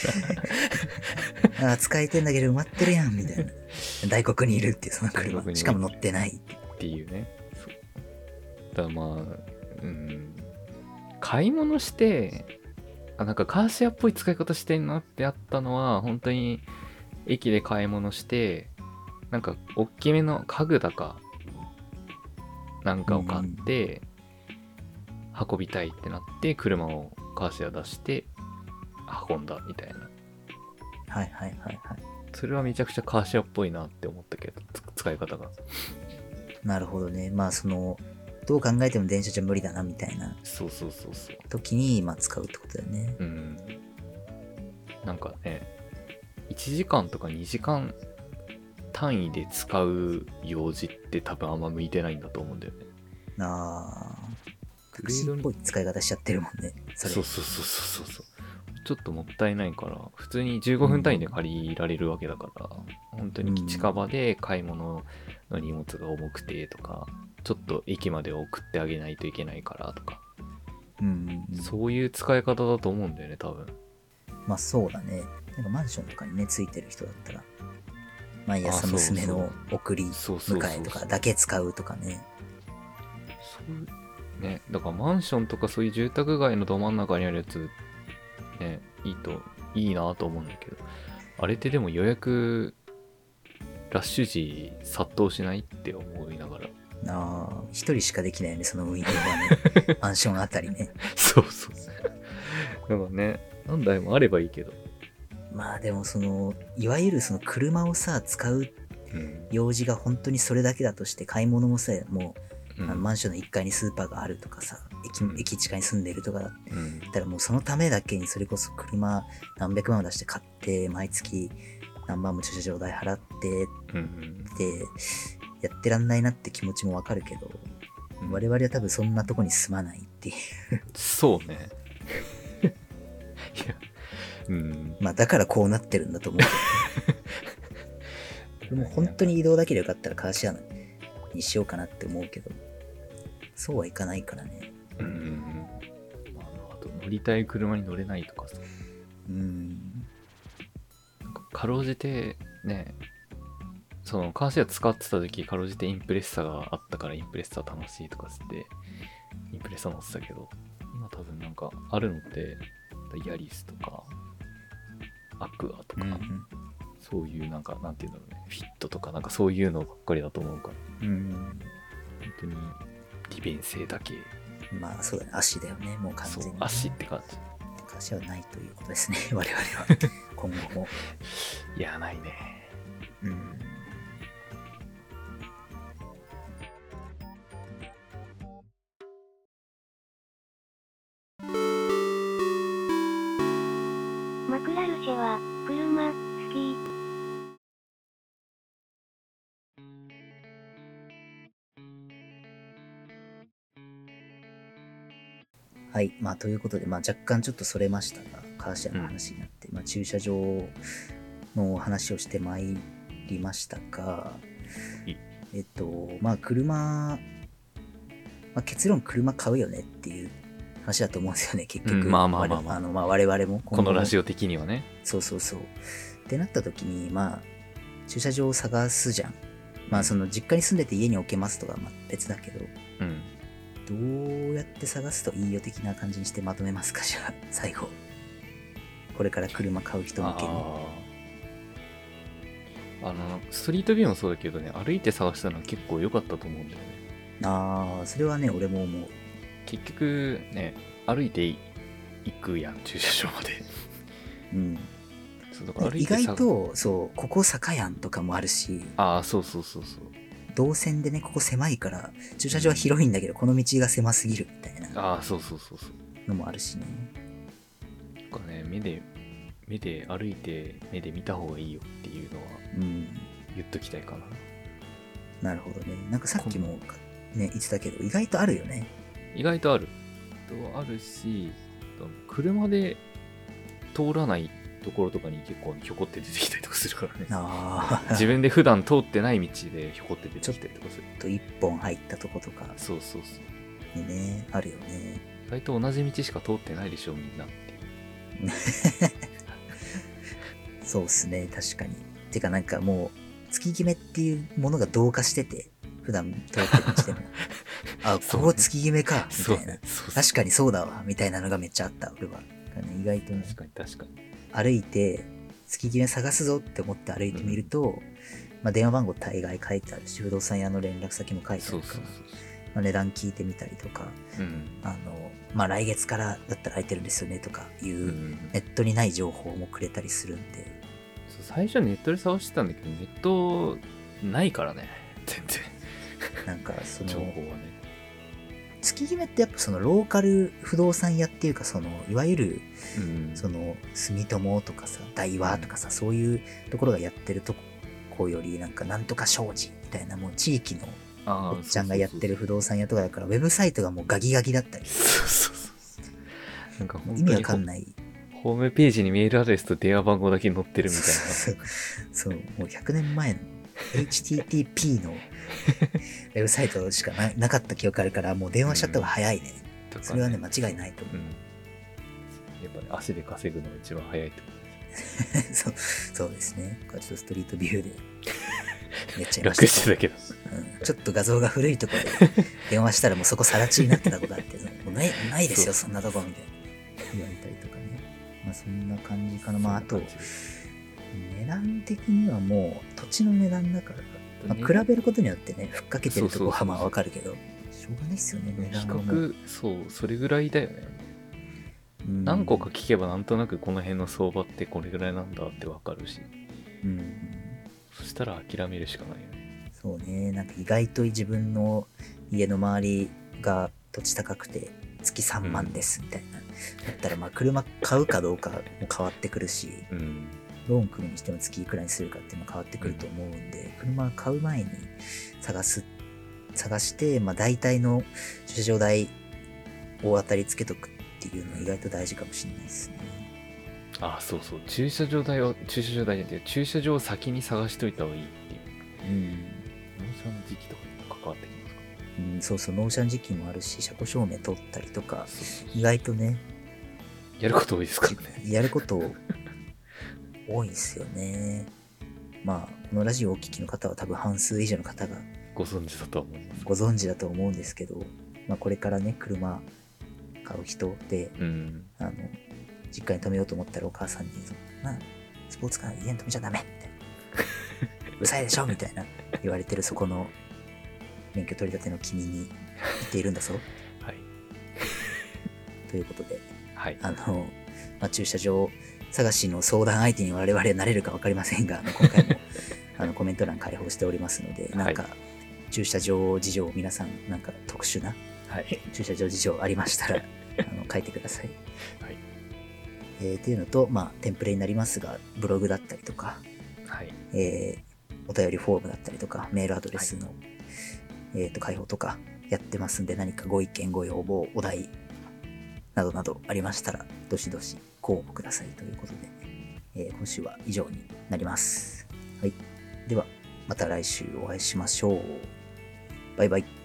Speaker 3: な
Speaker 2: あー使えてんだけど埋まってるやんみた いな。大黒にいるっていうその
Speaker 3: 大黒
Speaker 2: 車。
Speaker 3: に
Speaker 2: しかも乗ってない。
Speaker 3: っていうねそうだからまあうん買い物してあなんかカーシェアっぽい使い方してんなってあったのは本当に駅で買い物してなんか大きめの家具だかなんかを買って運びたいってなって車をカーシェア出して運んだみたいな
Speaker 2: はいはいはいはい。
Speaker 3: それはめちゃくちゃカーシェアっぽいなって思ったけどつ使い方が
Speaker 2: なるほどね。まあその、どう考えても電車じゃ無理だなみたいな
Speaker 3: そうそうそうそう
Speaker 2: 時に、まあ使うってことだよね。
Speaker 3: うん。なんかね、1時間とか2時間単位で使う用事って多分あんま向いてないんだと思うんだよね。
Speaker 2: ああ。タ
Speaker 3: グ
Speaker 2: ク
Speaker 3: レ
Speaker 2: シ
Speaker 3: ード
Speaker 2: ーっ
Speaker 3: に
Speaker 2: ぽい使い方しちゃってるもんね。それ
Speaker 3: そうそうそうそうそうそう。ちょっともったいないから、普通に15分単位で借りられるわけだから、本当に近場で買い物の荷物が重くてとか、ちょっと駅まで送ってあげないといけないからとか、
Speaker 2: うんうん。
Speaker 3: そういう使い方だと思うんだよね多分
Speaker 2: まあそうだね。なんかマンションとかにね、ついてる人だったら、毎
Speaker 3: あそ
Speaker 2: 朝
Speaker 3: うそう
Speaker 2: 娘の送り
Speaker 3: そうそうそう
Speaker 2: 迎えとかだけ使うとかね。
Speaker 3: そうねだからマンションとかそういう住宅街のど真ん中にあるやつねいいといいなと思うんだけどあれってでも予約ラッシュ時殺到しないって思いながら
Speaker 2: ああ、一人しかできないよね、そのウィンドウは ね。マンションあたりね。
Speaker 3: そうそうだからね何台もあればいいけど、
Speaker 2: まあでもその、いわゆるその車をさ、使う
Speaker 3: うん
Speaker 2: 用事が本当にそれだけだとして、買い物もさ、も
Speaker 3: う
Speaker 2: う、
Speaker 3: ん
Speaker 2: あのマンションの1階にスーパーがあるとかさ、駅
Speaker 3: うん
Speaker 2: 駅近に住んでるとかだっ
Speaker 3: うん
Speaker 2: たらもうそのためだけにそれこそ車何百万も出して買って、毎月何万も駐車場代払って
Speaker 3: うん
Speaker 2: ってやってらんないなって気持ちもわかるけど
Speaker 3: うん
Speaker 2: 我々は多分そんなとこに住まないっていう
Speaker 3: そうねいやうん
Speaker 2: まあだからこうなってるんだと思うけどでも本当に移動だけでよかったらカーシェアにしようかなって思うけどそうはいかないからね
Speaker 3: うんうんうんまああと乗りたい車に乗れないとかさ
Speaker 2: うん
Speaker 3: かろうじてねそのカーシェア使ってた時かろうじてインプレッサがあったからインプレッサ楽しいとかつってインプレッサ乗ってたけど今多分なんかあるのってヤリスとかアクアと
Speaker 2: う
Speaker 3: か、
Speaker 2: ん
Speaker 3: そういうなんかなんていうんだろうねフィットとかなんかそういうのばっかりだと思うから
Speaker 2: うん
Speaker 3: 本当に利便性だけ
Speaker 2: まあそうだね足だよねもう完
Speaker 3: そう
Speaker 2: 全に
Speaker 3: 足って感じ
Speaker 2: カーシェアはないということですね 我々は今後も
Speaker 3: いやないね
Speaker 2: うん
Speaker 1: マクラルシェは、車、好き。
Speaker 2: はい、まあ、ということで、まあ、若干ちょっとそれましたが、カーシェアの話になって、まあ、駐車場のお話をしてまいりましたが
Speaker 3: い、
Speaker 2: えっと、まあ、車、まあ、結論、車買うよねっていう話だと思うんですよね、結局。
Speaker 3: うんまあまあま
Speaker 2: 我々
Speaker 3: あまあ
Speaker 2: のまあ、我々も。
Speaker 3: このラジ
Speaker 2: オ。
Speaker 3: オ的にはね
Speaker 2: そうそうそう。ってなった時に、まあ、駐車場を探すじゃん。まあ、その、実家に住んでて家に置けますとか、まあ、別だけど、
Speaker 3: うん
Speaker 2: どうやって探すといいよ的な感じにしてまとめますかじゃ あ最後これから車買う人向けに
Speaker 3: あーあのストリートビューもそうだけどね歩いて探したのは結構良かったと思うんだよね
Speaker 2: ああそれはね俺も思う
Speaker 3: 結局ね歩いてい行くやん駐 車場まで
Speaker 2: うん
Speaker 3: そうだから歩い
Speaker 2: 意
Speaker 3: て
Speaker 2: 外
Speaker 3: 探
Speaker 2: とそうここ坂やんとかもあるし
Speaker 3: ああそうそうそうそう
Speaker 2: 動線でねここ狭いから駐車場は広いんだけどこの道が狭すぎるみたいな
Speaker 3: ああそうそうそうそう
Speaker 2: のもあるしね
Speaker 3: とかね目で目で歩いて目で見た方がいいよっていうのは
Speaker 2: うん
Speaker 3: 言っときたいかな
Speaker 2: なるほどねなんかさっきもね言ってたけど意外とあるよね
Speaker 3: 意外とあるとあるし車で通らないところとかに結構ひょこって出てきたりとかするからね
Speaker 2: ああ
Speaker 3: 自分で普段通ってない道でひょこって出てきたりとかする
Speaker 2: と一本入ったとことか
Speaker 3: そうそうそう
Speaker 2: にねあるよね
Speaker 3: 意外と同じ道しか通ってないでしょみんなっていう
Speaker 2: そうっすね、確かに。てかなんかもう、月決めっていうものが同化してて、普段通って る道でも。あ、
Speaker 3: そ
Speaker 2: こ
Speaker 3: うね
Speaker 2: こ月決めか、み
Speaker 3: そう
Speaker 2: たいな
Speaker 3: ね。そうそう
Speaker 2: 確かにそうだわ、みたいなのがめっちゃあった、俺は。だからね意外とね
Speaker 3: 確かに確かに
Speaker 2: 歩いて、月決め探すぞって思って歩いてみると、まあ、電話番号大概書いてあるし、不動産屋の連絡先も書いてあ
Speaker 3: そ
Speaker 2: る
Speaker 3: う
Speaker 2: か
Speaker 3: そ
Speaker 2: ら、
Speaker 3: う
Speaker 2: まあ、値段聞いてみたりとか、
Speaker 3: そううん
Speaker 2: あの、まあ、来月からだったら空いてるんですよねとかいう、
Speaker 3: うん
Speaker 2: ネットにない情報もくれたりするんで、
Speaker 3: そう最初ネットで探してたんだけどネットないからね全然
Speaker 2: なんかそ
Speaker 3: 情
Speaker 2: の、
Speaker 3: 報はね
Speaker 2: 月決めってやっぱそのローカル不動産屋っていうかそのいわゆる
Speaker 3: うん
Speaker 2: その住友とかさ大和とかさそういうところがやってるとこよりなんかなんとか商事みたいなもう地域の
Speaker 3: あ
Speaker 2: お
Speaker 3: ー
Speaker 2: っちゃんがやってる不動産屋とかだからウェブサイトがもうガギガギだったり
Speaker 3: そうそうそうそうなんか本
Speaker 2: 意味
Speaker 3: 当
Speaker 2: わ
Speaker 3: に
Speaker 2: かんない
Speaker 3: ホームページにメールアドレスと電話番号だけ載ってるみたいな。
Speaker 2: そうそうもう100年前の HTTP のウェブサイトしかななかった記憶あるから、もう電話しちゃった方が早いね。
Speaker 3: とか
Speaker 2: それはね、間違いないと思
Speaker 3: うん。やっぱね、足で稼ぐのが一番早いと思
Speaker 2: う。そうそうですね。これちょっとストリートビューでやっちゃ
Speaker 3: う。
Speaker 2: いま
Speaker 3: 楽
Speaker 2: し
Speaker 3: して
Speaker 2: た。
Speaker 3: たけど。
Speaker 2: うんちょっと画像が古いところで電話したらもうそこさら地になってたことあって、もうないないですよ、そんなとこみたいな。言われたりとかね。まあそんな感じかな。まああと、値段的にはもう土地の値段だから、まあ、比べることによってね、ふっかけてると
Speaker 3: そうそうそう
Speaker 2: こはまあわかるけど、しょうがないっすよね、値
Speaker 3: 比
Speaker 2: 段はもう。
Speaker 3: 較、そう、それぐらいだよね。
Speaker 2: うん
Speaker 3: 何個か聞けばなんとなくこの辺の相場ってこれぐらいなんだってわかるし、
Speaker 2: うん。
Speaker 3: そしたら諦めるしかないよね。
Speaker 2: そうね、なんか意外と自分の家の周りが土地高くて、月3万ですみたいな。だったら、まあ、車買うかどうかも変わってくるし、
Speaker 3: うん。
Speaker 2: ローン組むにしても月いくらにするかっていうのも変わってくると思うんで、車買う前に探す、探して、まあ、大体の駐車場代大当たりつけとくっていうのは意外と大事かもしれないですね。
Speaker 3: あ、そうそう。駐車場代を、駐車場代じゃなくて、駐車場を先に探しといた方がいいっていう。
Speaker 2: うん。
Speaker 3: 納車の時期とかにも関わってきますか。、
Speaker 2: うん、そうそう、納車の時期もあるし、車庫証明取ったりとから
Speaker 3: そうそう
Speaker 2: 意外とね、
Speaker 3: やること多いですからね。
Speaker 2: やること多いですよね。まあ、このラジオをお聞きの方は多分半数以上の方が
Speaker 3: ご存知だとは思います。
Speaker 2: ご存知だと思うんですけど、まあ、これからね、車買う人で、
Speaker 3: うん。
Speaker 2: あの、実家に止めようと思ったらお母さんに、そんな、スポーツカー家に止めちゃダメみたいな。 うるさいでしょみたいな言われてるそこの免許取り立ての君に言っているんだぞ。
Speaker 3: はい。
Speaker 2: ということで。
Speaker 3: はい。
Speaker 2: あの、まあ、駐車場探しの相談相手に我々なれるか分かりませんが、あの今回 もあのコメント欄開放しておりますので、なんか、
Speaker 3: は
Speaker 2: 駐車場事情、皆さん、なんか特殊な
Speaker 3: はい。
Speaker 2: 駐車場事情ありました ら、あの書いてください。
Speaker 3: はい。
Speaker 2: えーっていうのと、まあ、テンプレになりますが、ブログだったりとか、
Speaker 3: はい。
Speaker 2: えーお便りフォームだったりとか、メールアドレスの、えーと、開放とかやってますんで、何かご意見、ご要望、お題などなどありましたら、どしどしご応募くださいということで、えー今週は以上になります。はい。では、また来週お会いしましょう。バイバイ。